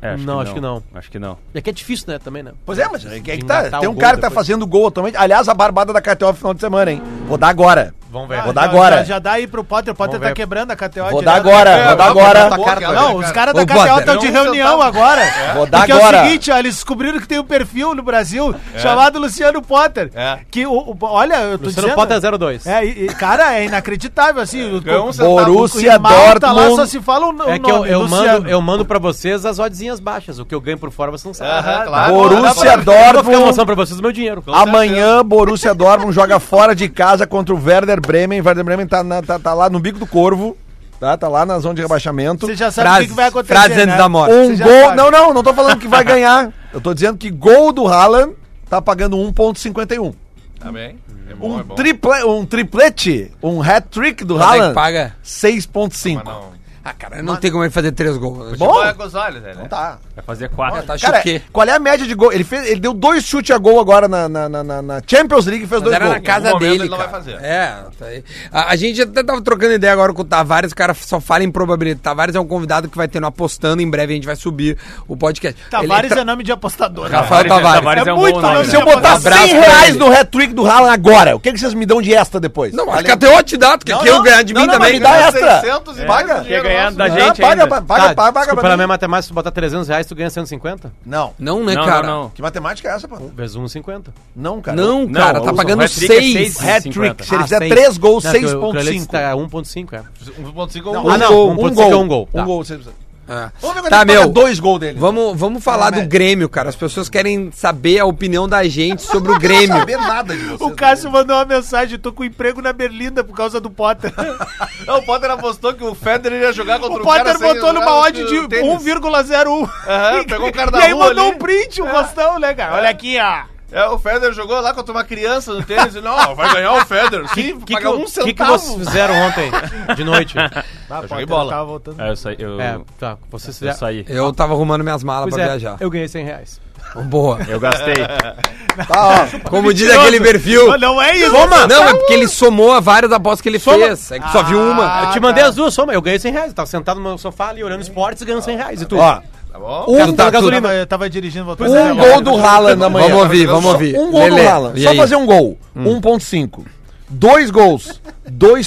É, Não, acho que não. Acho que não. É que é difícil, né? Também, né? Pois é, mas é que, é que Tem tá. matar Tem o um gol cara que tá depois. fazendo gol atualmente. Aliás, a barbada da KTO no final de semana, hein? Vou dar agora. Vamos Ah, ver. Vou dar já- agora. Já, já dá aí pro Potter, o Potter Vamos tá ver. quebrando a KTO. Vou direto. dar agora, vou dar agora. Vou dar agora. Não, os caras da Ô, KTO Potter, estão de não reunião centavo. agora. Vou dar um Porque é agora. o seguinte, ó, eles descobriram que tem um perfil no Brasil chamado Luciano Potter. É. Que, o, o- olha, eu tô Luciano dizendo... Potter 02. É, e- e, cara, é inacreditável, assim. o- Ganhou um o- centavo. Borussia em Malta lá Dortmund. só se fala o, no- É o que eu, nome, eu Luciano. mando, eu mando pra vocês as oddzinhas baixas. O que eu ganho por fora, vocês não sabem. Aham, claro. claro. Borussia Eu vou ficar Dortmund. mostrando pra vocês o meu dinheiro. Amanhã, Borussia Dortmund joga fora de casa contra o Werder Bremen. Werder Bremen tá, na- tá, tá lá no bico do corvo. Tá, tá lá na zona de rebaixamento. Você já sabe o que Frases, que vai acontecer, frases antes né? da morte. Um Você já gol. sabe. Não, não, não tô falando que vai ganhar. Eu tô dizendo que gol do Haaland tá pagando 1,51. Tá bem. É bom, Um, é bom. triple, um triplete, um hat-trick do Quanto é que Haaland, paga? Mas 6,5. não. Ah, cara, não tem como ele fazer três gols. Bom. é Gonzalez, né? Tá. Vai fazer quatro. Tá Cara, choquei. qual é a média de gol? Ele, fez, ele deu dois chutes a gol agora na, na, na- na- na Champions League e fez Mas dois era gols. na casa algum momento dele. ele não cara. vai fazer. É, tá aí. A, a gente até tava trocando ideia agora com o Tavares, o cara só fala em probabilidade. Tavares é um convidado que vai ter no apostando, em breve a gente vai subir o podcast. Tavares Ele é nome de apostador. né? Rafael Tavares. Tavares é, um bom nome. Se eu né? botar Abraço 100 pra reais ele. no hat-trick do Haaland agora, o que, que vocês me dão de extra depois? Não, acho Olha- que até o te dá, tu quer Não, que eu não, ganhar de não, mim não, também. me dá extra. 600 e Paga. dinheiro Quer ganhar nosso. da Não, gente paga, ainda. pa- paga, tá, paga, paga desculpa, pra na mim. minha matemática, se tu botar 300 reais, tu ganha 150. Não. Não, né, Não, não, cara? Um não. Que matemática é essa, pô? Vezes 1,50. Não, cara. Não, Não, cara, tá o pagando hat-trick é seis. seis. Hat-trick. 50. Se ele Ah, fizer seis. 3 gols, Não, que o- o Clelis 6,5. tá 1,5 é. 1.5 Não, um. ah, não, um um ponto gol. cinco é um gol, tá. Um gol, 6,5. É. Vamos Tá, ver quando ele paga meu. dois gols dele. Vamos, vamos falar do Grêmio, cara. As pessoas querem saber a opinião da gente sobre o Não Grêmio. saber nada de vocês, O Cássio mandou uma mensagem, tô com emprego na Berlinda por causa do Potter. Não, o Potter apostou que o Federer ia jogar contra o o, cara Potter sem botou jogar numa o odd de tênis. 1,01. É, Aham, pegou o cara da e aí rua mandou ali. um print, um gostão, né, cara? Olha aqui, ó. É, o Federer jogou lá contra uma criança no tênis e não, vai ganhar o Federer. Sim, O que, que, paga um o- que, centavo. que vocês fizeram ontem, de noite? Eu joguei bola. Tava voltando. Ah, É, eu saí. Eu, É, tá, vocês eu fizeram. saí. Eu tava arrumando minhas malas Pois pra é, viajar. eu ganhei 100 reais. Boa. Eu gastei. Tá, Como diz aquele perfil. Não, não é isso. Não, é porque ele somou a várias apostas que ele fez. É que só viu uma. eu te mandei as duas soma, eu ganhei 100 reais. Eu tava sentado no meu sofá ali, olhando esportes e ganhando 100 reais. E tu? Ó, Tá bom? Um Quero dar tá, tu- gasolina. Tava- Eu tava dirigindo, voltando. um Pois é, gol agora. do Haaland na manhã. Vamos ouvir, vamos Só ouvir. Um gol Lele, do Haaland. e Só aí? Hum. fazer um gol. 1.5. Dois gols.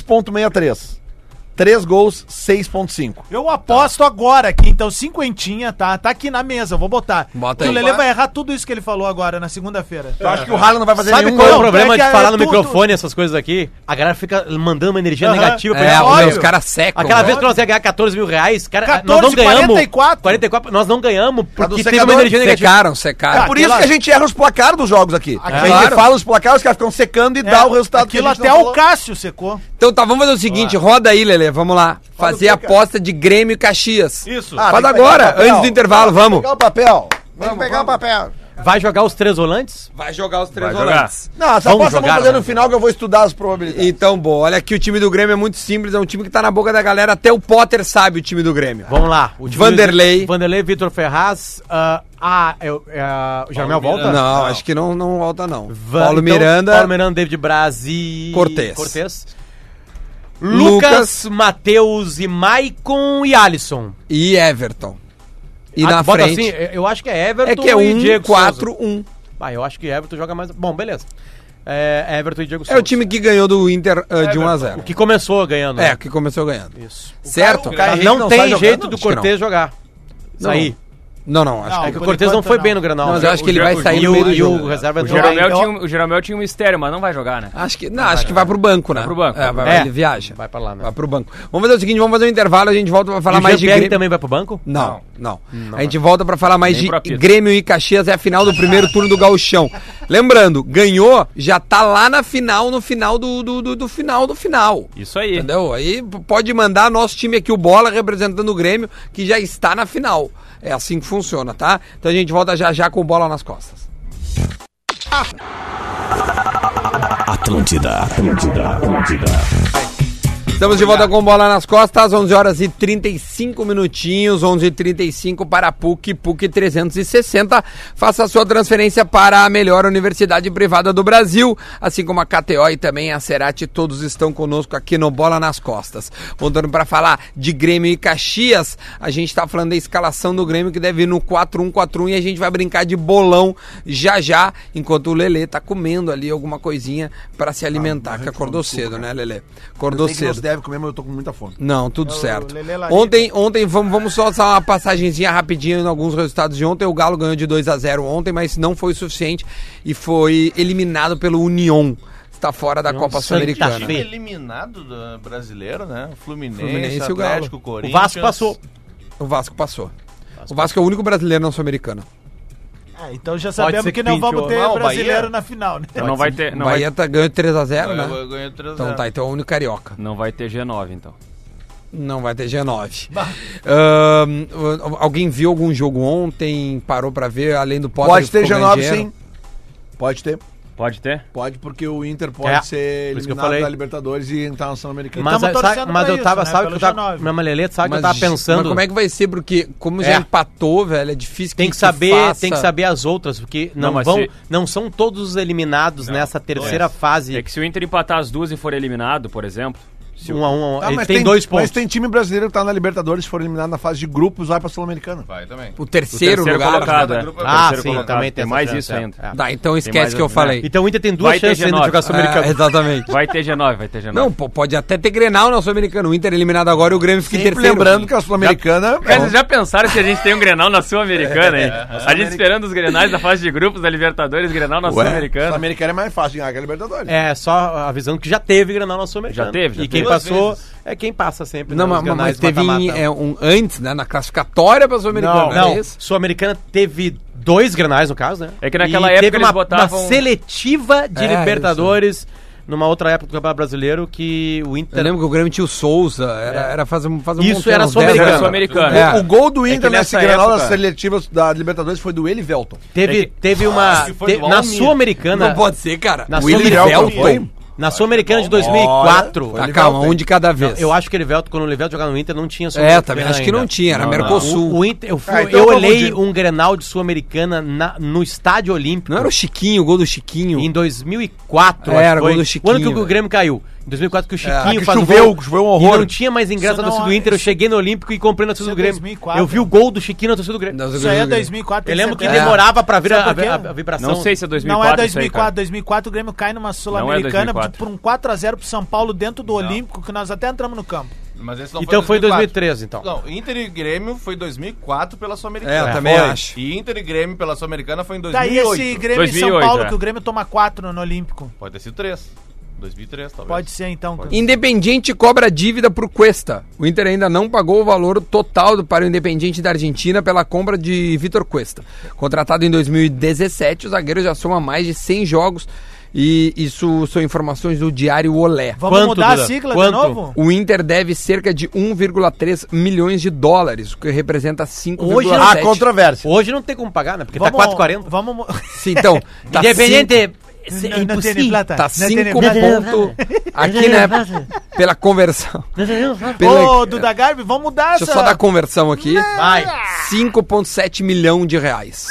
2.63. Três gols, 6.5. Eu aposto agora aqui, então, cinquentinha, tá? Tá aqui na mesa, eu vou botar. Bota Que aí. o Lele vai errar tudo isso que ele falou agora, na segunda-feira. Eu acho que o Haaland não vai fazer É. Sabe nenhum qual é o gol. problema é que de é falar no tudo. microfone essas coisas aqui? A galera fica mandando uma energia Aham. negativa pra É, gente. olha, óbvio. os caras secam. Aquela né? vez que nós ia ganhar 14 mil reais, cara, 14, nós não ganhamos. 44. 44, nós não ganhamos do porque teve secador, É, uma energia negativa. Secaram, secaram. Por isso que a gente erra os placares dos jogos aqui. a gente claro. fala os placares, os caras ficam secando e dá É, o resultado Aquilo a gente até o não falou. Ah, Cássio secou. Então tá, vamos fazer o seguinte, roda aí, Lele, vamos lá. Fazer a cara. aposta de Grêmio e Caxias. Isso. Ah, Faz tem que pegar agora, o papel. antes do intervalo, vamos. Pegar o papel. Vamos pegar o papel. Vai jogar os três volantes? Vai jogar os três Vai jogar. né? volantes. Não, essa Vamos aposta vamos jogar, fazer no vamos. final que eu vou estudar as probabilidades. Então, bom, olha aqui o time do Grêmio é muito simples, é um time que tá na boca da galera, até o Potter sabe o time do Grêmio. Vamos lá. O time Vanderlei. do- Vanderlei, Vitor Ferraz. ah, ah, é o- é a- o Jermel volta? Não, acho que não, não volta não. Va- Paulo então, Miranda, Paulo Miranda, David Braz e. Cortez. Lucas, Matheus e Maicon e Alisson. e Everton. E Ah, na bota frente assim, eu acho que é Everton é um. que é e 1 Diego 4 Souza. 1. Ah, eu acho que Everton joga mais. Bom, beleza. É, Everton e Diego É o time que ganhou do Inter ah, de 1 a 0. que começou ganhando. É, né? que começou ganhando. Isso. Certo? o Caio Henrique não, tem sai jogando? jeito do Acho que Cortez jogar. Não. Sair. Não, não, acho É que que o por Cortez não enquanto, foi não. bem no Granal. Não, mas eu acho que ele o vai Jer- sair e no meio o, do é e o jogo. reserva O entrou bem. Jeromel, tinha, um- o Jeromel tinha um mistério, mas não vai jogar, né? Acho que, não, acho que vai pro banco, né? Vai pro banco. É, vai, É. ele viaja. Vai pra lá, né? Vai pro banco. Vamos fazer o seguinte, vamos fazer um intervalo, a gente volta pra falar E o mais de Jean-Pierre Grêmio. também vai pro banco? Não, não. a gente volta pra falar mais Nem pro de apito. Grêmio e Caxias, é a final do primeiro turno do Gauchão. Lembrando, ganhou, já tá lá na final, no final do, do, do, do final do final. Isso aí. Entendeu? Aí p- pode mandar nosso time aqui, o Bola, representando o Grêmio, que já está na final. É assim que funciona, tá? Então a gente volta já já com o Bola nas costas. Atlântida, Atlântida, Atlântida. Estamos de volta com bola nas costas, 11 horas e 35 minutinhos, 11 e 35 para a PUC, PUC 360. Faça a sua transferência para a melhor universidade privada do Brasil, assim como a KTO e também a Cerati, todos estão conosco aqui no Bola nas Costas. Voltando para falar de Grêmio e Caxias, a gente está falando da escalação do Grêmio que deve ir no 4-1-4-1 e a gente vai brincar de bolão já já, enquanto o Lelê tá comendo ali alguma coisinha para se alimentar, Ah, que acordou cedo, né, Lelê? Acordou um Eu sei que não cedo. se deve comer, mas eu tô com muita fome. Não, tudo certo. É Lelê Larica. Ontem, ontem vamos, vamos só usar uma passagenzinha rapidinho em alguns resultados de ontem. O Galo ganhou de 2 a 0 ontem, mas não foi o suficiente e foi eliminado pelo Union. Está fora da Copa Sul-Americana. Time eliminado do brasileiro, né? Fluminense, Fluminense e o Galo. Atlético, O Corinthians. Vasco passou. O Vasco passou. O Vasco é o único brasileiro não sul-americano. Ah, então já Pode sabemos ser que, que não pinte um. vamos o- ter Não, o brasileiro Bahia. na final, né? Então não vai ter. O Não Bahia vai, tá, ganhou de 3 a 0 né? Eu ganho 3 Então tá, então é o único carioca. não vai ter G9, então. Não vai ter G9. Ahn, alguém viu algum jogo ontem? Parou pra ver? Além do Potter, Pode ter ficou G9 grandeiro? sim. Pode ter. Pode ter? Pode, porque o Inter pode É, ser por isso que eu eliminado falei. da Libertadores e entrar na Sul-Americana. Mas, tamo sabe- Então torcendo mas pra eu isso, tava, né? sabe que Pelo eu tava. G9. Minha maleleta, sabe que eu tava Mas- pensando. Mas como é que vai ser? Porque como já É. empatou, velho, é difícil Tem que saber, tem que saber as outras, porque não, Não, mas vão, se- não são todos eliminados nessa terceira fase. É que se o Inter empatar as duas e for eliminado, por exemplo. se o- um a um, Tá, ele mas tem, dois Mas pontos. tem time brasileiro que tá na Libertadores, se for eliminado na fase de grupos, vai pra Sul-Americana. Vai também. O terceiro, lugar. colocado, é. né? O Ah, terceiro sim, colocado. também tem tem essa mais chance, isso é. ainda. É. Tá, então Tem esquece mais que eu outro, falei. Então o Inter tem duas Vai ter chances ainda de G9. jogar Sul-Americano. É, exatamente. Vai ter G9, vai ter G9. Não, pô, pode até ter Grenal na Sul-Americana. O Inter eliminado agora e o Grêmio fica em Sempre terceiro. um, lembrando que a Sul-Americana. Cara, vocês já pensaram se a gente tem um Grenal na Sul-Americana, hein? A gente esperando os Grenais da fase de grupos da Libertadores, Grenal na Ué, Sul-Americana. Sul-Americana é mais fácil de ganhar que a Libertadores. É, só avisando que já teve Granal na Sul-Americana. Já teve, já e quem teve. passou vezes. é quem passa sempre. Não, né, mas, nos granais mas teve em, mata-mata. é, um, antes, né? Na classificatória pra Sul-Americana, Não, não. é isso? Sul-Americana teve dois granais, no caso, né? É que naquela época teve uma, eles botavam- uma seletiva de É, Libertadores numa outra época do Campeonato Brasileiro que o Eu Inter. É. lembro que o Grêmio tinha o Souza, era, era fazer, um- fazer um Isso montão, era uns 10 Sul-Americana. anos. Sul-Americana. É. O gol do Inter nessa nesse granal época- das seletivas da Libertadores foi do Elivelton. Teve, teve uma. que foi te- do na Almir. Sul-Americana. Não pode ser, cara. Na o Willi Sul-Americana Velton. Na Sul-Americana de 2004. Tá, calma, um de cada vez. Eu acho que ele Elivelto, quando o Elivelto jogava no Inter, não tinha É, também acho que não ainda. tinha, era Mercosul. O, o Inter, eu, fui- Ah, então eu eu olhei confundi. um Grenal de Sul-Americana na- no Estádio Olímpico. Não era o Chiquinho, o gol do Chiquinho. Em 2004, É, era acho que gol foi do Chiquinho, É, o ano que o velho. Grêmio caiu. Em 2004 que o Chiquinho que faz o choveu, gol. choveu um horror. E não tinha mais ingresso Isso na torcida não do é- Inter. Eu cheguei no Olímpico e comprei na torcida Isso é do Grêmio. 2004. Eu vi o gol do Chiquinho na torcida do Grêmio. Não, Isso aí é Grêmio. 2004. tem Eu lembro que certeza. demorava pra vir a, Sabe por quê? a- a- a vibração. Não sei se é 2004. Não é isso aí, cara. 2004, 2004 o Grêmio cai é numa Sul-Americana 2004. por um 4x0 pro São Paulo dentro do Olímpico, que nós até entramos no campo. Mas esse não Então foi em 2004. 2013, então. Não, Inter e Grêmio foi 2004 pela Sul-Americana. É, eu também Foi. acho. E Inter e Grêmio pela Sul-Americana foi em Tá aí 2008. esse Grêmio e São 2008, Paulo, é. que o Grêmio toma 4 no Olímpico. Pode ter sido 3. 2003, talvez. Pode ser então. Independiente cobra dívida pro Cuesta. O Inter ainda não pagou o valor total do- para o Independiente da Argentina pela compra de Vitor Cuesta. Contratado em 2017, o zagueiro já soma mais de 100 jogos e isso são informações do diário Olé. Vamos Quanto, mudar Duda? a sigla Quanto? de novo? O Inter deve cerca de 1,3 milhões de dólares, o que representa 5,7. Hoje não- A controvérsia. Hoje não tem como pagar, né? Porque Vamos- tá 4,40. Vamos. mu- Sim, então, tá Independente. Não- não tem plata. Tá Não tem 5 plata. pontos aqui, né? Pela conversão. Ô, Pela, Duda Garbi, vamos mudar deixa eu essa. só dar a conversão aqui. Vai. 5,7 milhão de reais.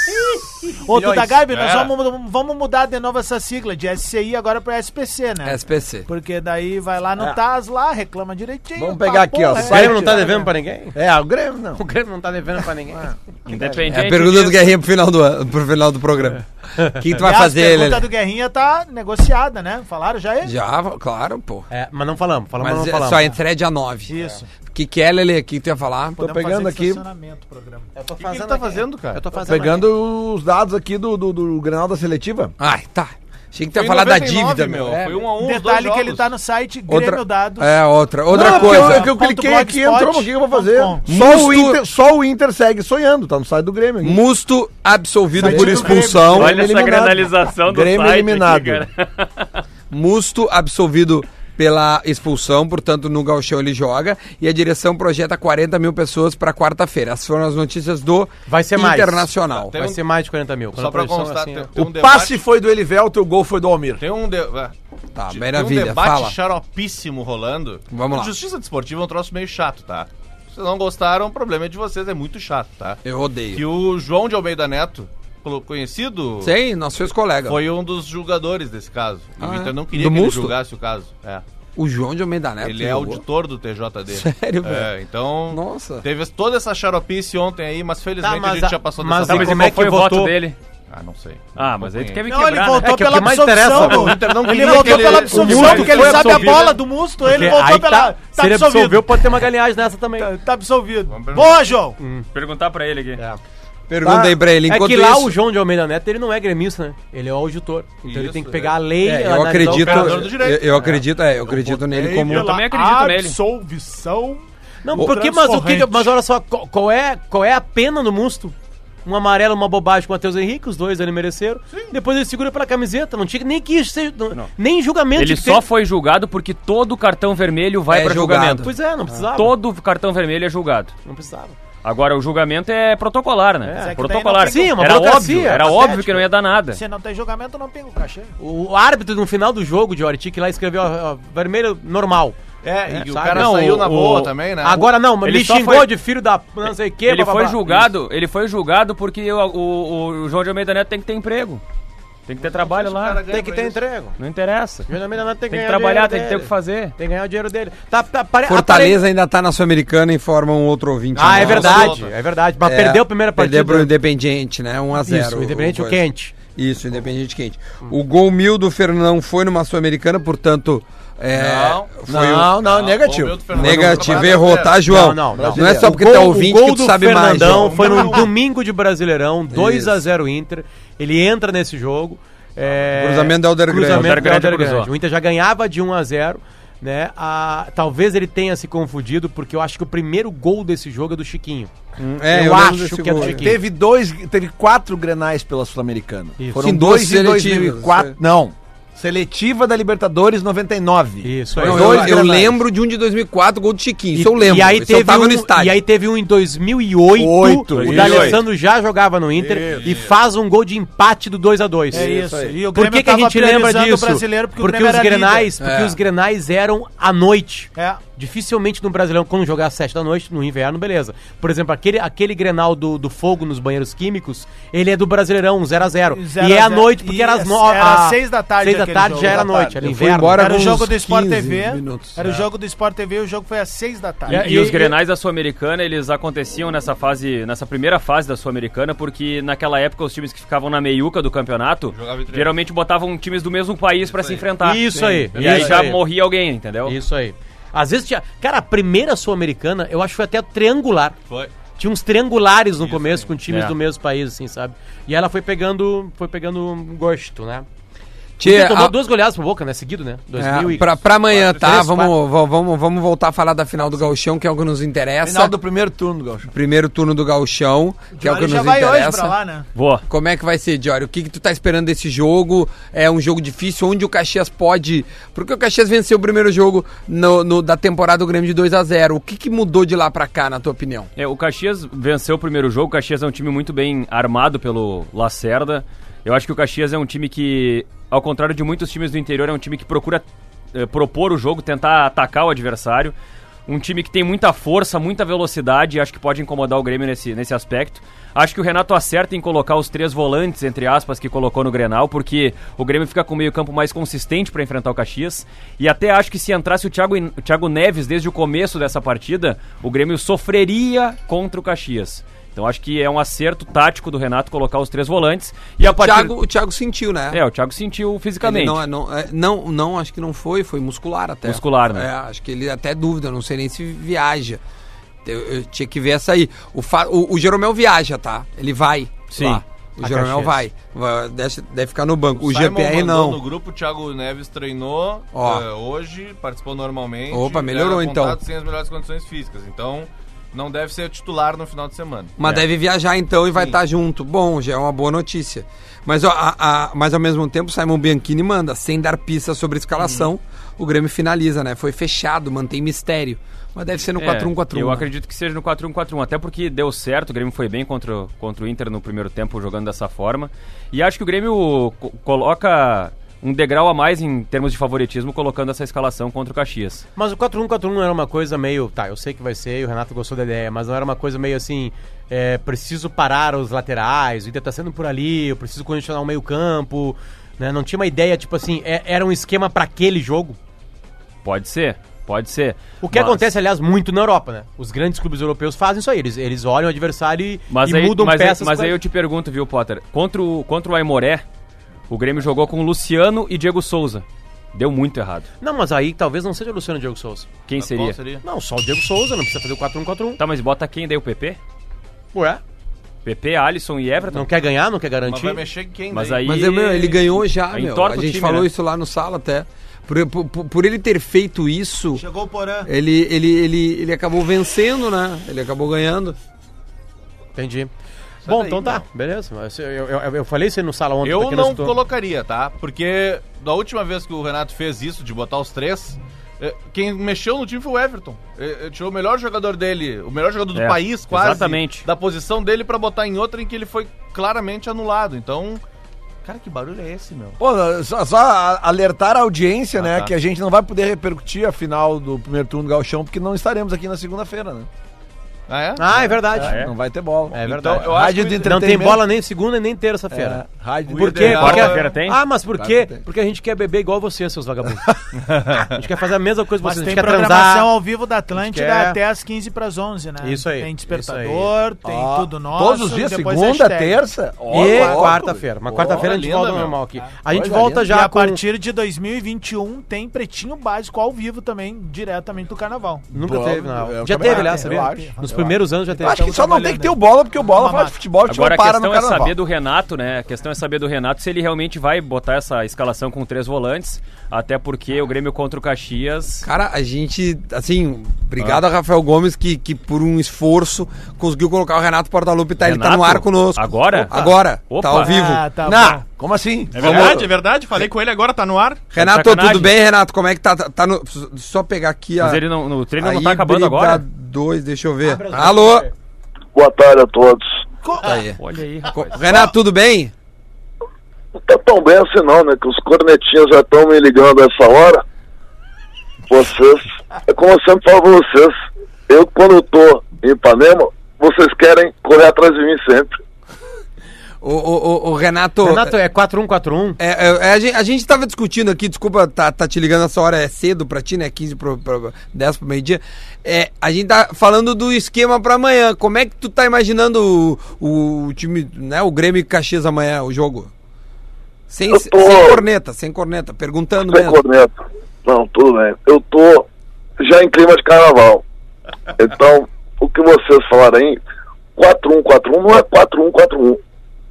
Ô, Duda Garbi, nós É. vamos, vamos mudar de novo essa sigla de SCI agora pra SPC, né? SPC. Porque daí vai lá É. no TAS lá, reclama direitinho. Vamos pá, pegar aqui, ó, porra, né? O só- Grêmio não tá devendo pra ninguém? É, o Grêmio não. O Grêmio não tá devendo pra ninguém. Ah, Independente. É a pergunta do disso- Guerrinha pro final do, ano- pro final do programa. É. O que, que tu vai Aliás, fazer, A pergunta Lelê? do Guerrinha tá negociada, né? Falaram já aí? Já, claro, pô. É, mas não falamos, falamos, Mas não é- falamos. só entra é dia 9. Isso. O que, que é, Lelê? O que que tu ia falar? Tô pegando aqui, tá Estacionamento, programa. O que, que ele tá fazendo, cara? Eu tô fazendo. pegando os dados aqui do, do, do Grenal da Seletiva. Ai, tá. Achei que tu ia Foi em falar da 99, dívida, meu. É. Foi um a um, os dois Detalhe jogos. que ele tá no site Grêmio Outra, Dados. é, outra, outra Não, porque coisa. Eu, é que eu Ponto cliquei aqui, entrou, mas o que eu vou fazer? blogspot ponto Só o, Musto- Inter, só o Inter segue sonhando, tá no site do Grêmio. aqui. Musto absolvido Saiu por do expulsão. Grêmio. Olha essa eliminado. granalização do Grêmio site aqui, eliminado. cara. Musto absolvido pela expulsão, portanto no Galchão ele joga. E a direção projeta 40 mil pessoas para quarta-feira. Essas foram as notícias do Vai ser mais. Internacional. Vai ser mais de 40 mil. Quando Só a pra produção constar, é assim, tem, ó. tem um o passe debate- foi do Elivelto e o gol foi do Almir. Tem um, de- ah, Tá, tem um maravilha. debate Fala. xaropíssimo rolando. Vamos lá. Justiça desportiva é um troço meio chato, tá? Se vocês não gostaram, o problema é de vocês, é muito chato, tá? Eu Que odeio. o João de Almeida Neto, colo- conhecido, Sim, nosso ex-colega. foi um dos julgadores desse caso. E Ah, o Inter é? não queria Do que ele Musto? julgasse o caso. É. O João de Almeida Neto. Ele que é jogou. auditor do TJD. Sério, É, velho? então. Nossa. Teve as- toda essa xaropice ontem aí, mas felizmente Tá, mas a gente a- já passou mas dessa e Tá, mas fase. como como é é que foi o votou? voto dele? Ah, não sei. Ah, mas aí tu quer me Não, ele quebrar, né? voltou É que o pela que mais absorção. interessa, pô. O Inter não Ele queria que voltou ele- pela o absorção, Musto porque ele foi sabe a absolvido. bola do Musto, ele Porque voltou aí pela. tá, se ele absolveu, pode ter uma galinhagem nessa também. Tá- Tá absolvido. Vamos perguntar. Boa, João. Perguntar pra ele aqui. Pergunta aí pra ele. É Enquanto que lá isso, o João de Almeida Neto, ele não é gremista, né? Ele é o auditor. Então ele Isso, tem que é. pegar a lei. É, eu analisar o acredito, caso. operador do direito. eu, eu acredito, é, eu acredito nele como Eu também acredito nele. Absolvição. Não, porque, mas o que, que- Transcorrente. mas olha só, qual, qual é, qual é a pena do Musto? Um amarelo, uma bobagem com o Matheus Henrique, os dois ele mereceram. Depois ele segura pela camiseta, não tinha nem que isso seja, não- nem julgamento. Ele tinha que só ter. foi julgado porque todo cartão vermelho vai É pra julgado. julgamento. Pois é, não precisava. Todo cartão vermelho é julgado. Não precisava. Agora, o julgamento é protocolar, né? É, que protocolar. daí não tem Sim, uma era burocracia, óbvio, era uma óbvio estética. que não ia dar nada. Se É não tem julgamento, não pinga o cachê. O árbitro no final do jogo de Oritic lá escreveu ó, ó, vermelho normal. É, e o sabe? cara Não, saiu o- na o- boa também, né? Agora não, Ele me só xingou foi- de filho da não sei o que. ele foi julgado, ele foi julgado porque o, o, o João de Almeida Neto tem que ter emprego. Tem que ter trabalho O cara lá. ganha Tem que pra ter isso. entrego. Não interessa. O João de Almeida Neto Tem que ganhar o trabalhar, dinheiro tem que ter o que dele. fazer. é Tem que ganhar o dinheiro dele. Tá, tá, pare- Fortaleza ainda tá na Sul-Americana, informa um outro ouvinte. Ah, é nosso. verdade, é verdade. Mas É, perdeu a primeira partida. Perdeu pro Independiente, né? 1 a 0 Isso, o Independente o coisa. quente. Isso, Independiente quente. O gol mil do Fernandão foi numa Sul-Americana, portanto. É, Não, foi não, não, negativo. Romildo Fernandes. negativo, Trabalho errou, brasileiro. tá, João? Não, não, não. não. é só porque o tá gol, ouvinte o que tu gol do sabe mais. Fernandão João. foi no domingo de Brasileirão, 2 a Isso. 0 Inter. Ele entra nesse jogo. É, Cruzamento do Helder Grande. cruzamento do Helder Grande Helder Grande. cruzou. O Inter já ganhava de 1 a 0 Né? A, talvez ele tenha se confundido, porque eu acho que o primeiro gol desse jogo é do Chiquinho. é, eu, eu lembro acho desse que é do gol. Chiquinho. Teve dois, teve quatro grenais pela Sul-Americana. Isso. Foram Sim, dois duas em seletivas, 2004. é. Não. Seletiva da Libertadores 99. Isso, Foi aí. Não, dois eu, eu grenais. lembro de um de 2004, gol do Chiquinho. E, Isso eu lembro. E aí, isso teve eu tava um, no estádio. e aí teve um em 2008. Oito, o 2008. D'Alessandro já jogava no Inter e faz um gol de empate do 2 a 2 É isso. aí. E o Por Grêmio que, que a tava gente lembra priorizando o disso? Brasileiro porque, porque o Grêmio os era líder. grenais, porque É. os grenais eram à noite. É. Dificilmente no Brasileirão, quando jogar às 7 da noite, no inverno, beleza. Por exemplo, aquele, aquele grenal do, do fogo nos banheiros químicos, ele é do Brasileirão, 0x0. Zero E a é à zero. noite, porque E era às era 9 seis da tarde 6 da aquele tarde jogo. já era Da noite, tarde. era Eu fui inverno. embora Era o com jogo uns do Sport 15 TV. minutos. é. Era o jogo do Sport TV e o jogo foi às seis da tarde. E, e os grenais da Sul-Americana, eles aconteciam nessa fase, nessa primeira fase da Sul-Americana, porque naquela época os times que ficavam na meiuca do campeonato Jogava entre geralmente botavam times do mesmo país pra se enfrentar. Isso aí. E aí isso já aí. morria alguém, entendeu? Isso aí. Às vezes tinha. Cara, a primeira Sul-Americana, eu acho que foi até triangular. Foi. Tinha uns triangulares no começo com times É. do mesmo país, assim, sabe? E ela foi pegando, foi pegando um gosto, né? Tchê, Ele tomou a- duas goleadas pro Boca, né? Seguido, né? 2000 É, e- pra, pra amanhã, tá? três, Vamos, vamos, vamos- vamos voltar a falar da final do Gauchão, que é o que nos interessa. Final do primeiro turno, Galchão. Primeiro turno do Gauchão, que é o que Ele já nos vai hoje pra interessa. lá, né? Boa. Como é que vai ser, Diório? O que, que tu tá esperando desse jogo? É um jogo difícil, onde o Caxias pode. Porque o Caxias venceu o primeiro jogo no- no- da temporada do Grêmio de 2 a 0 O que, que mudou de lá pra cá, na tua opinião? É, o Caxias venceu o primeiro jogo. O Caxias é um time muito bem armado pelo Lacerda. Eu acho que o Caxias é um time que, ao contrário de muitos times do interior, é um time que procura eh, propor o jogo, tentar atacar o adversário. Um time que tem muita força, muita velocidade, e acho que pode incomodar o Grêmio nesse, nesse aspecto. Acho que o Renato acerta em colocar os três volantes, entre aspas, que colocou no Grenal, porque o Grêmio fica com o meio-campo mais consistente para enfrentar o Caxias. E até acho que se entrasse o Thiago, o Thiago Neves desde o começo dessa partida, o Grêmio sofreria contra o Caxias. Então acho que é um acerto tático do Renato colocar os três volantes. E a O partir. Thiago, o Thiago sentiu, né? É, o Thiago sentiu Ele fisicamente. Não, é, não, é, não, não, acho que não foi, foi muscular até. Muscular, né? É, acho que ele até dúvida, não sei nem se viaja. Eu, eu tinha que ver essa aí. O, fa- o, o Jeromel viaja, tá? Ele vai. Sim. lá. O A Jeromel Caxias. vai. Vai- Deve, deve ficar no banco. O, Simon GPR mandou não. No grupo, o Thiago Neves treinou Ó. eh, hoje, participou normalmente. Opa, melhorou, era apontado então. Sem as melhores condições físicas. Então, não deve ser titular no final de semana. É. Mas É. deve viajar então e vai estar junto. Bom, já é uma boa notícia. Mas, ó, a- a- mas ao mesmo tempo, Simon Bianchini manda, sem dar pista sobre escalação, Uhum. o Grêmio finaliza, né? Foi fechado, mantém mistério. Mas deve ser no É, 4-1-4-1. Eu né? acredito que seja no 4-1-4-1, até porque deu certo, o Grêmio foi bem contra, o- contra o Inter no primeiro tempo jogando dessa forma. E acho que o Grêmio co- coloca um degrau a mais em termos de favoritismo colocando essa escalação contra o Caxias. Mas o 4-1-4-1 não um era uma coisa meio. Tá, eu sei que vai ser, e o Renato gostou da ideia, mas não era uma coisa meio assim. é, preciso parar os laterais, o Inter tá sendo por ali, eu preciso condicionar o meio-campo. Né? Não tinha uma ideia, tipo assim, é- era um esquema pra aquele jogo. Pode ser, pode ser. O que Mas- acontece, aliás, muito na Europa, né? Os grandes clubes europeus fazem isso aí. Eles, eles olham o adversário e, Mas, e aí, mudam mas, aí- peças. mas pra- aí eu te pergunto, viu, Potter? Contra o, contra o Aimoré, o Grêmio jogou com Luciano e Diego Souza. Deu muito errado. Não, mas aí talvez não seja o Luciano Diego Souza. Quem Mas seria? qual seria? Não, só o Diego Souza, não precisa fazer o 4-1-4-1. Tá, mas bota quem daí? O PP? Ué? PP, Alisson e Everton? Não quer ganhar, não quer Mas garantir. vai mexer quem Mas daí? aí- Mas é, meu, ele ganhou já, Aí meu. entorta A o gente time, falou né? isso lá no sala até. Por, por- por ele ter feito isso, Chegou né? o Porã. ele, ele, ele, ele acabou vencendo, né? Ele acabou ganhando. Entendi. Bom, então tá, beleza. Mas Eu, eu, eu- eu falei isso aí no sala ontem. né? Eu pra quem não escutou. colocaria, tá? Porque da última vez que o Renato fez isso, de botar os três, eh, quem mexeu no time foi o Everton. Eh, eh, Tirou o melhor jogador dele, o melhor jogador do É, país, quase. exatamente. Da posição dele pra botar em outra em que ele foi claramente anulado. Então. Cara, que barulho é esse, meu? Pô, só, só a- alertar a Ah, audiência, né? tá. Que a gente não vai poder repercutir a final do primeiro turno do Galchão, porque não estaremos aqui na segunda-feira, né? Ah, é? Ah, é verdade. Ah, é? Não vai ter bola. É verdade. Então, eu acho Rádio que o- do Não tem entretenimento. bola nem segunda e nem terça-feira. É, rádio do Por quê? entretenimento. Porque- Quarta-feira tem? Ah, mas por Claro quê? que tem. Porque a gente quer beber igual você, seus vagabundos. a gente quer fazer a mesma coisa que Mas vocês. A tem gente quer programação transar. ao vivo da Atlântida quer- até as 15 para as 11, né? Isso aí, Tem isso aí. despertador, tem Ó, tudo nosso. Todos os dias, depois segunda, hashtag. terça. ó, E ó, quarta-feira. Mas ó, quarta-feira a gente linda, volta ao meu. normal aqui. A gente coisa volta linda. e já a com... partir de 2021 tem Pretinho Básico ao vivo também, diretamente do Carnaval. Nunca Bom, teve, não. é o Já campeonato, teve, aliás, eu sabia? acho. Nos É. primeiros anos já teve. um Eu então acho que tá só não tem né? que ter o bola, porque o bola fala de futebol e Agora futebol a para no questão é carnaval. saber do Renato, né? A questão é saber do Renato se ele realmente vai botar essa escalação com três volantes, até porque o Grêmio contra o Caxias. Cara, a gente, assim, obrigado Ah. a Rafael Gomes que, que por um esforço conseguiu colocar o Renato Portaluppi, tá, ele tá Renato? no ar conosco. Agora? Opa. Agora, Opa. tá ao vivo. Ah, tá Na- bom. Como assim? É verdade, é verdade. Falei com ele agora, tá no ar. Renato, Sacanagem. tudo bem, Renato? Como é que tá? Tá, tá no- só pegar aqui a... Mas ele não, o treino não a tá acabando agora? híbrida Dois, deixa eu ver. Alô? Boa tarde a todos. Tá aí. Olha aí, Co- rapaz. Renato, tudo bem? Não tá tão bem assim não, né? Que os cornetinhas já estão me ligando a essa hora. Vocês, é como eu sempre falo pra vocês, eu quando eu tô em Ipanema, vocês querem correr atrás de mim sempre. O, o, o- o Renato... Renato, é 4141. É, é, é, a, gente, a gente tava discutindo aqui, desculpa tá, tá te ligando essa hora, é cedo pra ti, né? 15 pro, pro, 10 pro meio-dia. É, a gente tá falando do esquema pra amanhã. Como é que tu tá imaginando o, o time, né? O Grêmio e Caxias amanhã, o jogo? Sem, Eu tô- sem corneta, sem corneta, perguntando Sem mesmo. corneta. Não, tudo bem. Eu tô já em clima de carnaval. Então, o que vocês falaram aí, 4-1-4-1 não é 4-1-4-1.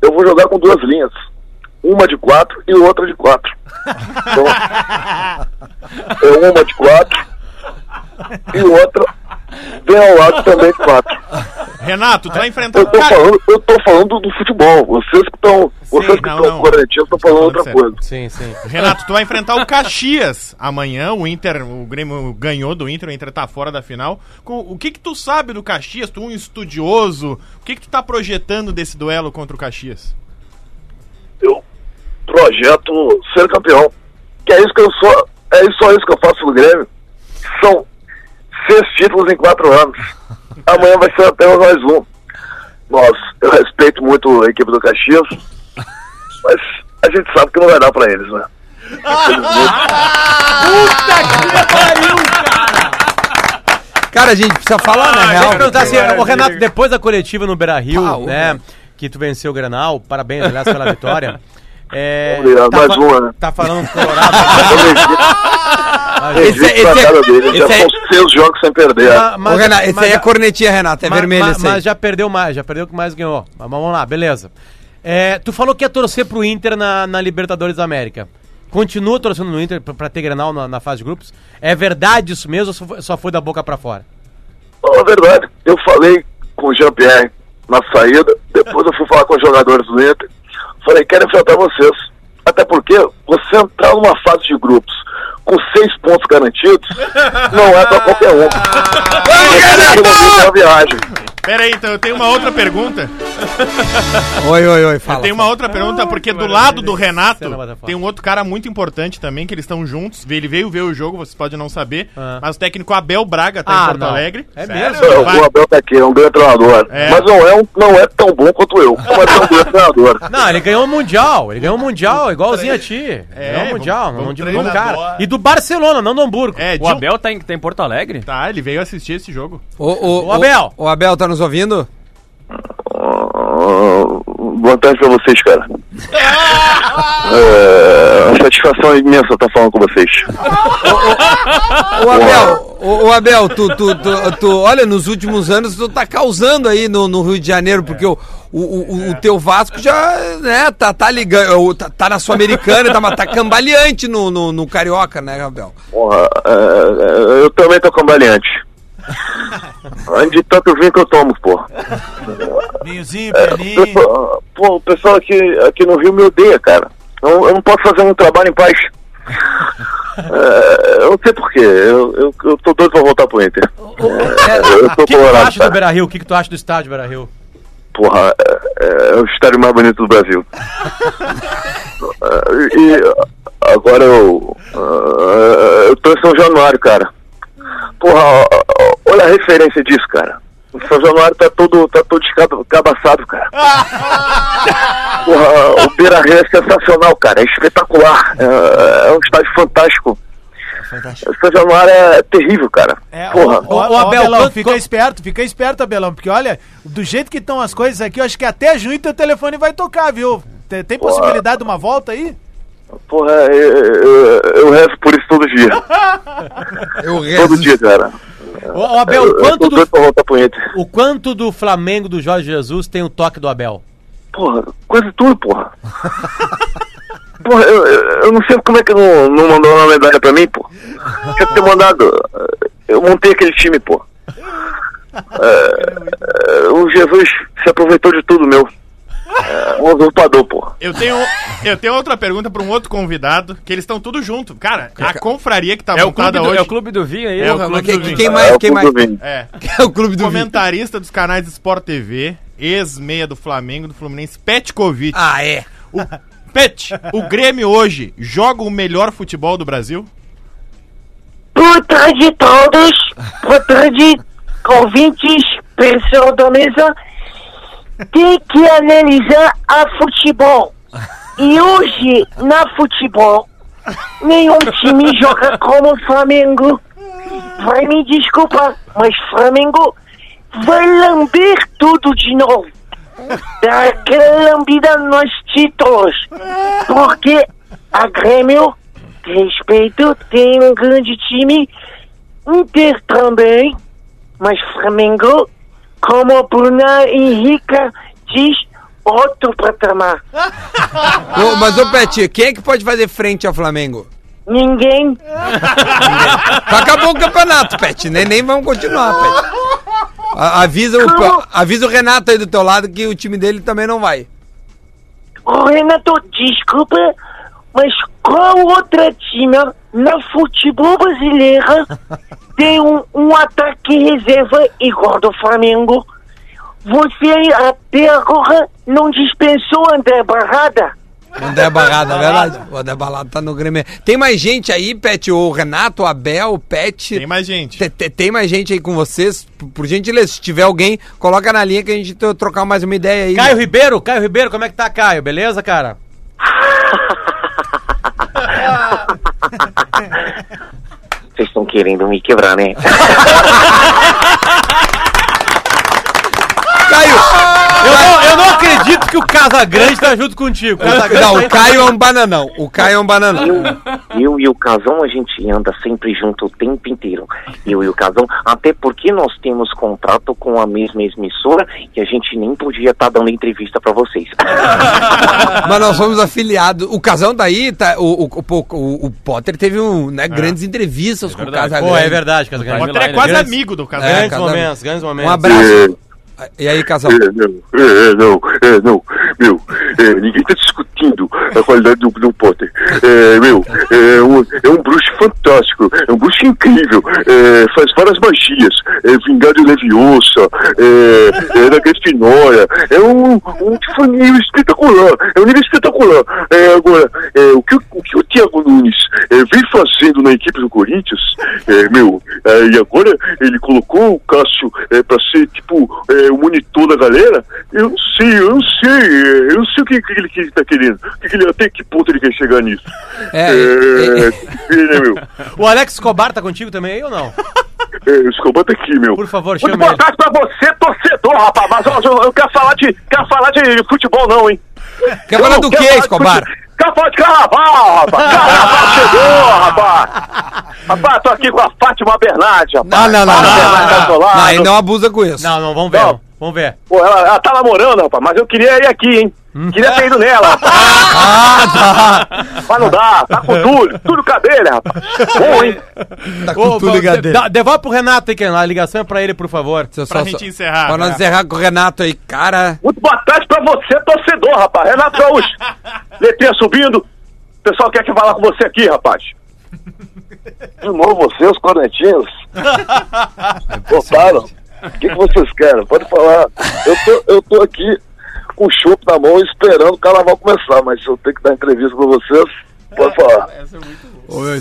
Eu vou jogar com duas linhas. Uma de quatro e outra de quatro. Então, é uma de quatro e outra vem ao lado também de quatro. Renato, tu vai Eu enfrentar. tô falando, eu tô falando do futebol. Vocês que estão. Vocês que não, estão não. corretinhos estão falando outra Sério. coisa. Sim, sim. Renato, tu vai enfrentar o Caxias amanhã. O Inter, o Grêmio ganhou do Inter, o Inter tá fora da final. Com- O que que tu sabe do Caxias? Tu um estudioso? O que que tu tá projetando desse duelo contra o Caxias? eu projeto ser campeão. Que é isso que eu sou, é isso- só isso que eu faço no Grêmio. São seis títulos em quatro anos. Amanhã vai ser apenas mais um. Nossa, eu respeito muito a equipe do Caxias, mas a gente sabe que não vai dar pra eles, né? Cara, a gente precisa falar, né? Deixa eu Real. perguntar assim, ô, Renato, depois da coletiva no Beira Rio, Pau, né? velho. Que tu venceu o Grenal, parabéns, aliás, pela vitória. É, Obrigado, mais fa- uma, né? Tá falando com o Colorado. Eu não acredito- não Ah, Esse, é- acredito esse, na cara um deles. esse, é- Já esse, são seis jogos sem perder. Mas- mas- Ô, Renato, esse mas- aí é cornetinha, Renato, é mas- vermelho mas, esse aí. mas já perdeu mais, já perdeu o que mais ganhou. Mas vamos lá, beleza. É, tu falou que ia torcer pro Inter na, na Libertadores da América. Continua torcendo no Inter pra, pra ter Grenal na, na fase de grupos? É verdade isso mesmo ou só foi, só foi da boca pra fora? Não, é verdade. Eu falei com o Jean-Pierre na saída, depois eu fui falar com os jogadores do Inter. Falei, quero enfrentar vocês. Até porque você entrar numa fase de grupos com seis pontos garantidos não é pra qualquer um. Você tem que viagem. Pera aí, então eu tenho uma outra pergunta. Oi, oi, oi, fala. Tem uma outra Ah, pergunta, porque do lado do Renato Cena Botafogo. tem um outro cara muito importante também, que eles estão juntos. Ele veio ver o jogo, vocês podem não saber. Ah. Mas o técnico Abel Braga tá Ah, em Porto não. Alegle. É Não, Vai. o Abel tá aqui, é um grande treinador. É. Mas não é, um- não é tão bom quanto eu. Não é tão grande treinador. Ah. Não, ele ganhou o Mundial. Ele ganhou o Mundial, igualzinho a é, ti. ganhou o Mundial, vamos- não vamos diminuiu o treinador. cara. E do Barcelona, não do Hamburgo. É, O de um- Abel tá em, tá em Porto Alegre? Tá, ele veio assistir esse jogo. Ô, ô, Ô, Abel. Ô, Abel, tá nos ouvindo? Ah, Boa tarde pra vocês, cara. É, uma satisfação imensa estar falando com vocês. Ô, Abel, ô, ô, Abel tu, tu, tu, tu- olha, nos últimos anos tu tá causando aí no, no Rio de Janeiro, porque o, o, o, o teu Vasco já, né, tá, tá ligando, tá, tá na Sul-Americana, tá, mas tá cambaleante no, no, no Carioca, né, Abel? Porra, é, é, eu também tô cambaleante. Além de tanto vinho que eu tomo, porra. Ninhozinho, O perninho. pessoal- Pô, o pessoal aqui, aqui no Rio me odeia, cara. Eu, eu não posso fazer um trabalho em paz. É, eu não sei porquê. Eu, eu, eu tô doido pra voltar pro Inter. É, eu O tô que, que tu colorado, acha do cara. Beira Rio? O que, que tu acha do estádio Beira Rio? Porra, é, é o estádio mais bonito do Brasil. É, e agora eu. é, eu tô em São Januário, cara. Porra, ó, ó, olha a referência disso, cara. O São Januário tá todo, tá todo escabaçado, cara. Porra, o Beira Rio é sensacional, cara. É espetacular. É, é um estádio fantástico. O São Januário é terrível, cara. É, Porra. Ô, ô, Ô, Abel, Abel, quanto- fica quanto- esperto, fica esperto, Abelão, porque olha, do jeito que estão as coisas aqui, eu acho que até junho teu telefone vai tocar, viu? Tem, tem possibilidade de uma volta aí? Porra, eu, eu, eu rezo por isso todo dia. Eu Todo dia, cara. Ô, ô, Abel, o É, eu, eu quanto, tô do, doido pra voltar pro Inter. o quanto do Flamengo do Jorge Jesus tem o toque do Abel? Porra, quase tudo, porra. porra, eu, eu- eu não sei como é que não, não mandou uma medalha pra mim, porra. Tinha que ter mandado. eh, Eu montei aquele time, porra. É, é, o Jesus se aproveitou de tudo, meu. É, um usurpador, porra. Eu tenho, eu tenho outra pergunta pra um outro convidado, que eles estão tudo junto. Cara, a confraria que tá É o, clube montada do, hoje. é o clube do vinho aí? É o Porra, clube Quem, do vinho. quem É mais? o Quem mais? clube do vinho. É. É o Clube do Vinho. Comentarista dos canais Sport TV, ex-meia do Flamengo, do Fluminense, Petkovic. Ah, é. Pet, o Grêmio hoje joga o melhor futebol do Brasil? Puta de todos, puta de ouvintes, pessoal da mesa, tem que analisar a futebol. E hoje, na futebol, nenhum time joga como o Flamengo. Vai me desculpar, mas Flamengo vai lamber tudo de novo. Dá aquela lambida nos títulos. Porque a Grêmio, respeito, tem um grande time. Inter também. Mas Flamengo, como Bruno Henrique diz, outro patamar. Ô, mas, ô, Pet, quem é que pode fazer frente ao Flamengo? Tá, Ninguém Acabou o campeonato, Pet. Nem, nem vamos continuar, Pet. A- avisa, o, avisa o Renato aí do teu lado que o time dele também não vai. Ô, Renato, desculpa, mas qual outra time na futebol brasileira tem um, um ataque reserva igual do Flamengo? Você até agora não dispensou André Barrada? O André Barrada, é verdade. O André Barrada tá no Grêmio. Tem mais gente aí, Pet? O Renato, o Abel, o Pet. Tem mais gente. Te- te- Tem mais gente aí com vocês? Por- Por gentileza, se tiver alguém, coloca na linha que a gente to- trocar mais uma ideia aí. Caio Ribeiro, Caio Ribeiro, como é que tá, Caio? Beleza, cara? Vocês estão querendo me quebrar, né? Caio! Eu não, eu não acredito que o Casagrande tá junto contigo. Casagrande Não, tá o Caio é um bananão. O Caio é um bananão. Eu, eu e o Casão, a gente anda sempre junto o tempo inteiro. Eu e o Casão, até porque nós temos contrato com a mesma emissora e a gente nem podia estar dando entrevista pra vocês. Mas nós somos afiliados. O Casão daí, tá, o, o, o- o- o Potter teve um, né, grandes entrevistas com o verdade. Casagrande. Pô, é verdade, Casagrande. Pode Potter é Milagre, quase grandes- amigo do É, Casagrande. Grandes Casagrande. momentos, grandes Um momentos. abraço. E aí, Casão? É, não, é, não, é, não, meu, é, ninguém tá discutindo a qualidade do, do Potter. É, meu, é um, é um bruxo fantástico, é um bruxo incrível, é, faz várias magias, é vingado leviosa, é, é da Grifinória, é um, um tipo, nível espetacular, é um nível espetacular. É, agora, é, o, que, o- o que o Thiago Nunes é, vem fazendo na equipe do Corinthians, é, meu, é, e agora ele colocou o Cássio é, pra ser tipo é, o monitor da galera, eu não sei, eu não sei, é, eu não sei o que, que ele, que ele tá querendo, o que que ele- até que ponto ele quer chegar nisso. É, é, é, é, né, meu? O Alex Escobar tá contigo também aí ou não? É, o Escobar tá aqui, meu. Por favor, Muito chama boa ele. tarde pra você, torcedor, rapaz. Mas ó, eu, eu quero falar de. Quero falar de futebol, não, hein? Quer falar do quê, Escobar? Quero falar de carnaval, rapaz. Carnaval chegou, rapaz. Rapaz, tô aqui com a Fátima Bernardi, rapaz. Ah, Não, não, não. Fátima Bernardi tá do Não, lado. não, aí não abusa com isso. Não, não, vamos ver. Não. não. Vamos ver. Pô, ela, ela tá namorando, rapaz, mas eu queria ir aqui, hein? Queria ter ido nela, rapaz. Ah, Mas não dá, tá com tudo, tudo cabelo, rapaz. Bom, hein? Tá com tudo ligadeiro. Dá- Devolve pro Renato aí, que a ligação é pra ele, por favor. Deixa eu Pra só- gente só- encerrar, Pra nós é. encerrar com o Renato aí, cara. Muito boa tarde pra você, torcedor, rapaz. Renato Gaúcho, letrinha subindo. O pessoal quer que vá lá com você aqui, rapaz. De novo você, os cornetinhos? Botaram? O que, que vocês querem? Pode falar. Eu tô, eu tô aqui com o chopp na mão esperando o carnaval começar, mas eu tenho que dar entrevista pra vocês. Pode falar.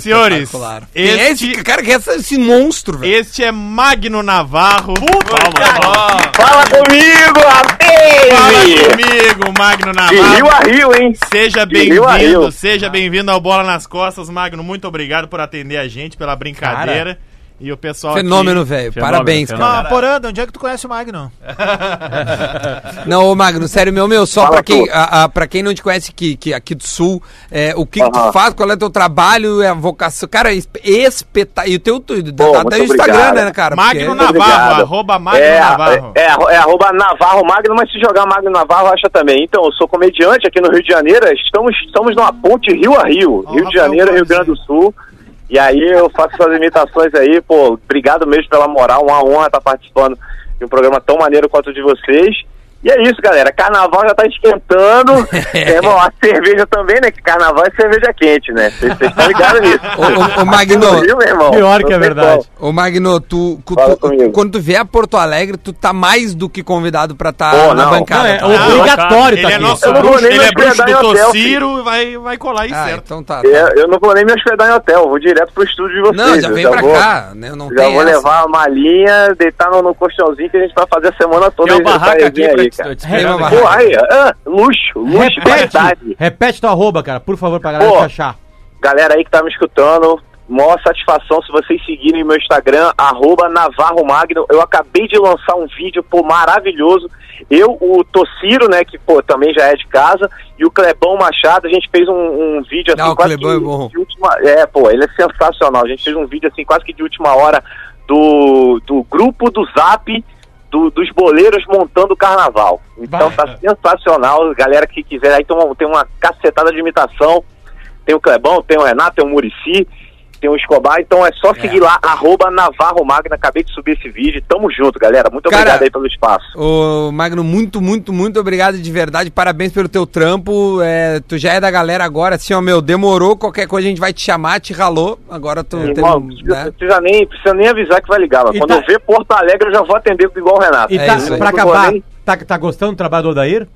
Senhores, Claro. Quem é este, esse cara que é esse- esse monstro, velho? este é Magno Navarro. Palmas. Fala comigo, Fala rapaz! comigo, Magno De Rio Navarro. a Rio, hein? Seja De Rio a bem-vindo, Rio. seja bem-vindo ao Bola nas Costas, Magno. Muito obrigado por atender a gente, pela brincadeira. E o pessoal. Fenômeno, velho. Fenômeno, Parabéns, fenômeno. Ah, Poranda, onde é que tu conhece o Magno? cara. Não, ô Magno, sério, meu, meu, só Fala, pra quem, tu. a, a- pra quem não te conhece aqui, que, aqui do Sul, é, o que, que tu Aham. faz, qual é teu trabalho, é a vocação. Cara, é espe- espetacular. E o teu tu, da, muito da Instagram, obrigado. né, cara? Magno Porque- Navarro, Obrigado. arroba Magno é, Navarro. É, é, é arroba Navarro Magno, mas se jogar Magno Navarro, acha também. Então, eu sou comediante aqui no Rio de Janeiro, estamos, estamos numa ponte Rio a Rio. Ó, Rio Rafael de Janeiro, Rio Gomes Grande aí. do Sul. E aí eu faço essas imitações aí, pô, obrigado mesmo pela moral, uma honra estar participando de um programa tão maneiro quanto o de vocês. E é isso, galera. Carnaval já tá esquentando. é, bom, a cerveja também, né? Que carnaval é cerveja quente, né? Vocês vocês estão ligados nisso. Ô, ô, ô, Magno, Aqui no Rio, meu irmão, pior não que é tem verdade. como. Ô Magno, tu, cu- Fala tu- comigo. quando tu vier a Porto Alegre, tu tá mais do que convidado pra estar Pô, Ah, na não. bancada. Não, é tá? obrigatório Ele tá é aqui. nosso Eu não vou bruxo, nem ele é me hospedar bruxo do em hotel, Tociro, vai, vai colar e Ah, certo. então tá. tá. É, eu não vou nem me hospedar em hotel, vou direto pro estúdio de vocês. Não, já eu vem pra vou, cá, né? Não Já tem vou essa. levar a malinha, deitar no, no colchãozinho que a gente vai fazer a semana toda. Tem é uma essa barraca aqui resenha pra aí, te, cara. te esperando. Tem uma aqui. Pô, aí, ah, luxo, luxo de Repete, qualidade. repete tua arroba, cara, por favor, pra galera Pô. te achar. Galera aí que tá me escutando, maior satisfação se vocês seguirem meu Instagram, arroba Navarro Magno. Eu acabei de lançar um vídeo, pô, maravilhoso. Eu, o Tociro, né, que, pô, também já é de casa, e o Clebão Machado, a gente fez um, um vídeo, assim, Ah, o quase Clebão que é bom. de última... É, pô, ele é sensacional. A gente fez um vídeo, assim, quase que de última hora do, do grupo do Zap... do- dos boleiros montando o carnaval. Então tá sensacional. Galera que quiser aí tem uma, tem uma cacetada de imitação. Tem o Clebão, tem o Renato, tem o Murici, tem o Escobar. Então é só seguir lá, arroba Navarro Magna. Acabei de subir esse vídeo. Tamo junto, galera. Muito Cara, obrigado aí pelo espaço. Ô, Magno, muito, muito, muito obrigado de verdade. Parabéns pelo teu trampo. É, tu já é da galera agora, assim, ó, meu, demorou, qualquer coisa a gente vai te chamar, te ralou. Agora tu tem. É, Irmão, não precisa, né? precisa nem, precisa nem avisar que vai ligar, mas um, E quando tá- eu ver Porto Alegre, eu já vou atender igual o Renato. E É tá, isso aí. pra Não vou acabar, nem- tá, tá gostando do trabalho do Odair?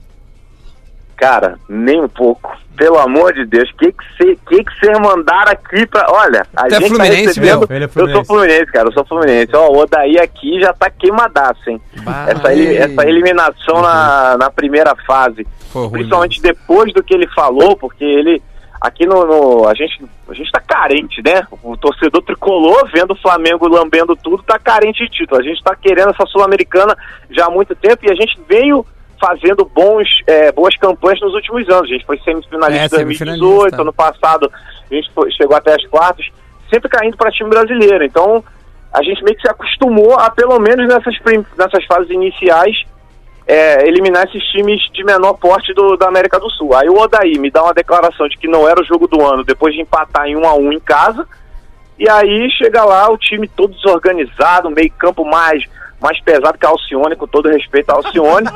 Cara, nem um pouco. Pelo amor de Deus, o que que vocês que que cê mandaram aqui pra. Olha, a Tu é gente fluminense, tá recebendo... meu? Ele é Eu fluminense. sou fluminense, cara, eu sou fluminense. Ó, o Odaí aqui já tá queimadaço, hein? Essa, eli- essa eliminação na, na primeira fase, Foi ruim né? principalmente depois do que ele falou, porque ele. Aqui no, no- A gente. A gente tá carente, né? O torcedor tricolor, vendo o Flamengo lambendo tudo, tá carente de título. A gente tá querendo essa Sul-Americana já há muito tempo e a gente veio fazendo bons, eh, boas campanhas nos últimos anos. A gente foi semifinalista É, em semifinalista. 2018, ano passado a gente foi- chegou até as quartas, sempre caindo para time brasileiro. Então a gente meio que se acostumou a, pelo menos nessas, prim- nessas fases iniciais, é, eliminar esses times de menor porte do- da América do Sul. Aí o Odaí me dá uma declaração de que não era o jogo do ano, depois de empatar em 1 a 1 em casa. E aí chega lá o time todo desorganizado, meio campo mais, mais pesado que a Alcione, com todo respeito a Alcione.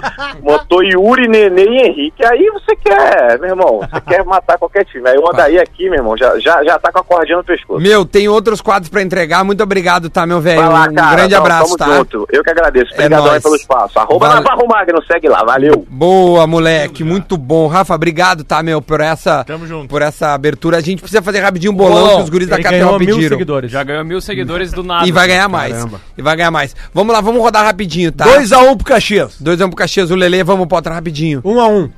Botou Yuri, Nenê e Henrique. Aí você quer, meu irmão, você quer matar qualquer time. Aí o Odaí aqui, meu irmão, já, já, já tá com a cordinha no pescoço. Meu, tem outros quadros pra entregar. Muito obrigado, tá, meu velho? Vai lá, Um cara. grande Não, abraço, tamo tá? junto. Eu que agradeço. É Obrigadão aí nóis. pelo espaço. Arroba Vale- Navarro Magno, segue lá. Valeu. Boa, moleque, muito bom. Rafa, obrigado, tá, meu, por essa, Tamo junto. por essa abertura. A gente precisa fazer rapidinho um bolão, Bolão. que os guris da Ele ganhou KTO mil pediram. seguidores. Já ganhou mil seguidores do nada. né? E vai ganhar mais. E vai ganhar mais. Vamos lá, vamos rodar rapidinho, tá? 2x1 pro Caxias. 2 a 1 pro Caxias, o Lelê, vamos potra rapidinho. Um a um.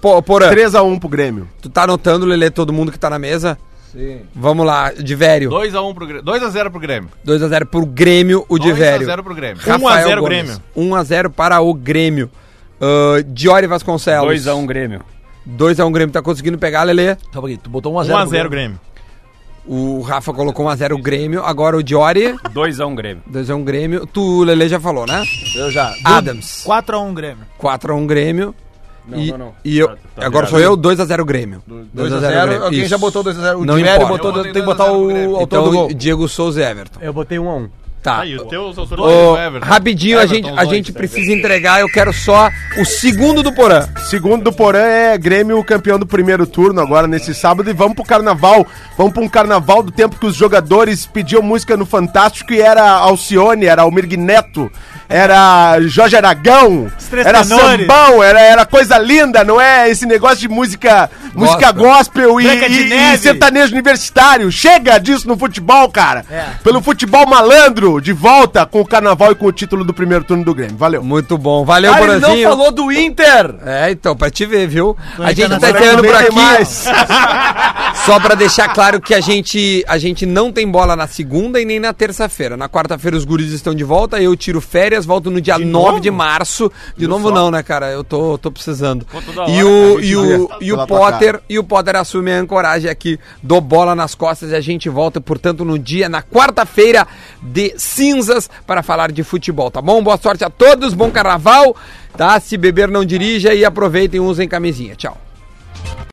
Pô, Porã, 3x1 pro Grêmio. tu tá anotando, Lelê, todo mundo que tá na mesa? Sim. Vamos lá, de velho. 2x1 pro Grêmio. 2x0 pro Grêmio. 2 a 0 pro Grêmio, o de velho. 2x0 pro Grêmio. 1 a 0 Grêmio. 1 a 0 para o Grêmio. Ah, Diori Vasconcelos. 2x1 Grêmio. 2 a 1 Grêmio, tá conseguindo pegar, Lelê? Calma aí, tu botou 1x0. 1 a 0 Grêmio. O Rafa colocou 1 a 0 o Grêmio, agora o Diori, 2x1 Grêmio. 2 a 1 Grêmio. Tu, Lelê já falou, né? Eu já. Adams, 4x1 Grêmio. 4 a 1 Grêmio. Não, e, não, não. E eu, Tá- tá agora virado. sou eu, 2 a 0 Grêmio. 2 a 0 2x0. Grêmio. Alguém Isso. já botou 2x0. O Não Diverio importa. botou. Eu Tem que botei botar 2 a 0 pro o autor do Então, gol. Diego Souza e Everton. Eu botei um a um. Tá. Aí, o teu, os outros Ô, dois, Everton. rapidinho, a gente, a gente precisa entregar. Ah, Eu quero só o segundo do Porã. Segundo do Porã é Grêmio campeão do primeiro turno agora nesse sábado e vamos pro carnaval. Vamos pra um carnaval do tempo que os jogadores pediam música no Fantástico e era Alcione, era Almir Neto, era Jorge Aragão, três era tenores. sambão, era, era coisa linda, não é esse negócio de música, música gospel e, Branca de e- e Neve. sertanejo universitário. Chega disso no futebol, cara. É. Pelo futebol malandro, de volta com o carnaval e com o título do primeiro turno do Grêmio. Valeu. Muito bom. Valeu, Ah, ele não Porãzinho. falou do Inter! É, então, pra te ver, viu? a gente tá Agora entrando por não tem aqui. mais. Só pra deixar claro que a gente, a gente não tem bola na segunda e nem na terça-feira. Na quarta-feira os guris estão de volta, eu tiro férias, volto no dia 9 de março. De novo não, né, cara? Eu tô, tô precisando. toda E o, e hora, cara, a gente o, vai e o pela tua Potter, e o Potter assume a ancoragem aqui do Bola nas Costas e a gente volta, portanto, no dia, na quarta-feira de cinzas para falar de futebol, tá bom? Boa sorte a todos, bom carnaval, tá? Se beber não dirija e aproveitem, usem camisinha. Tchau.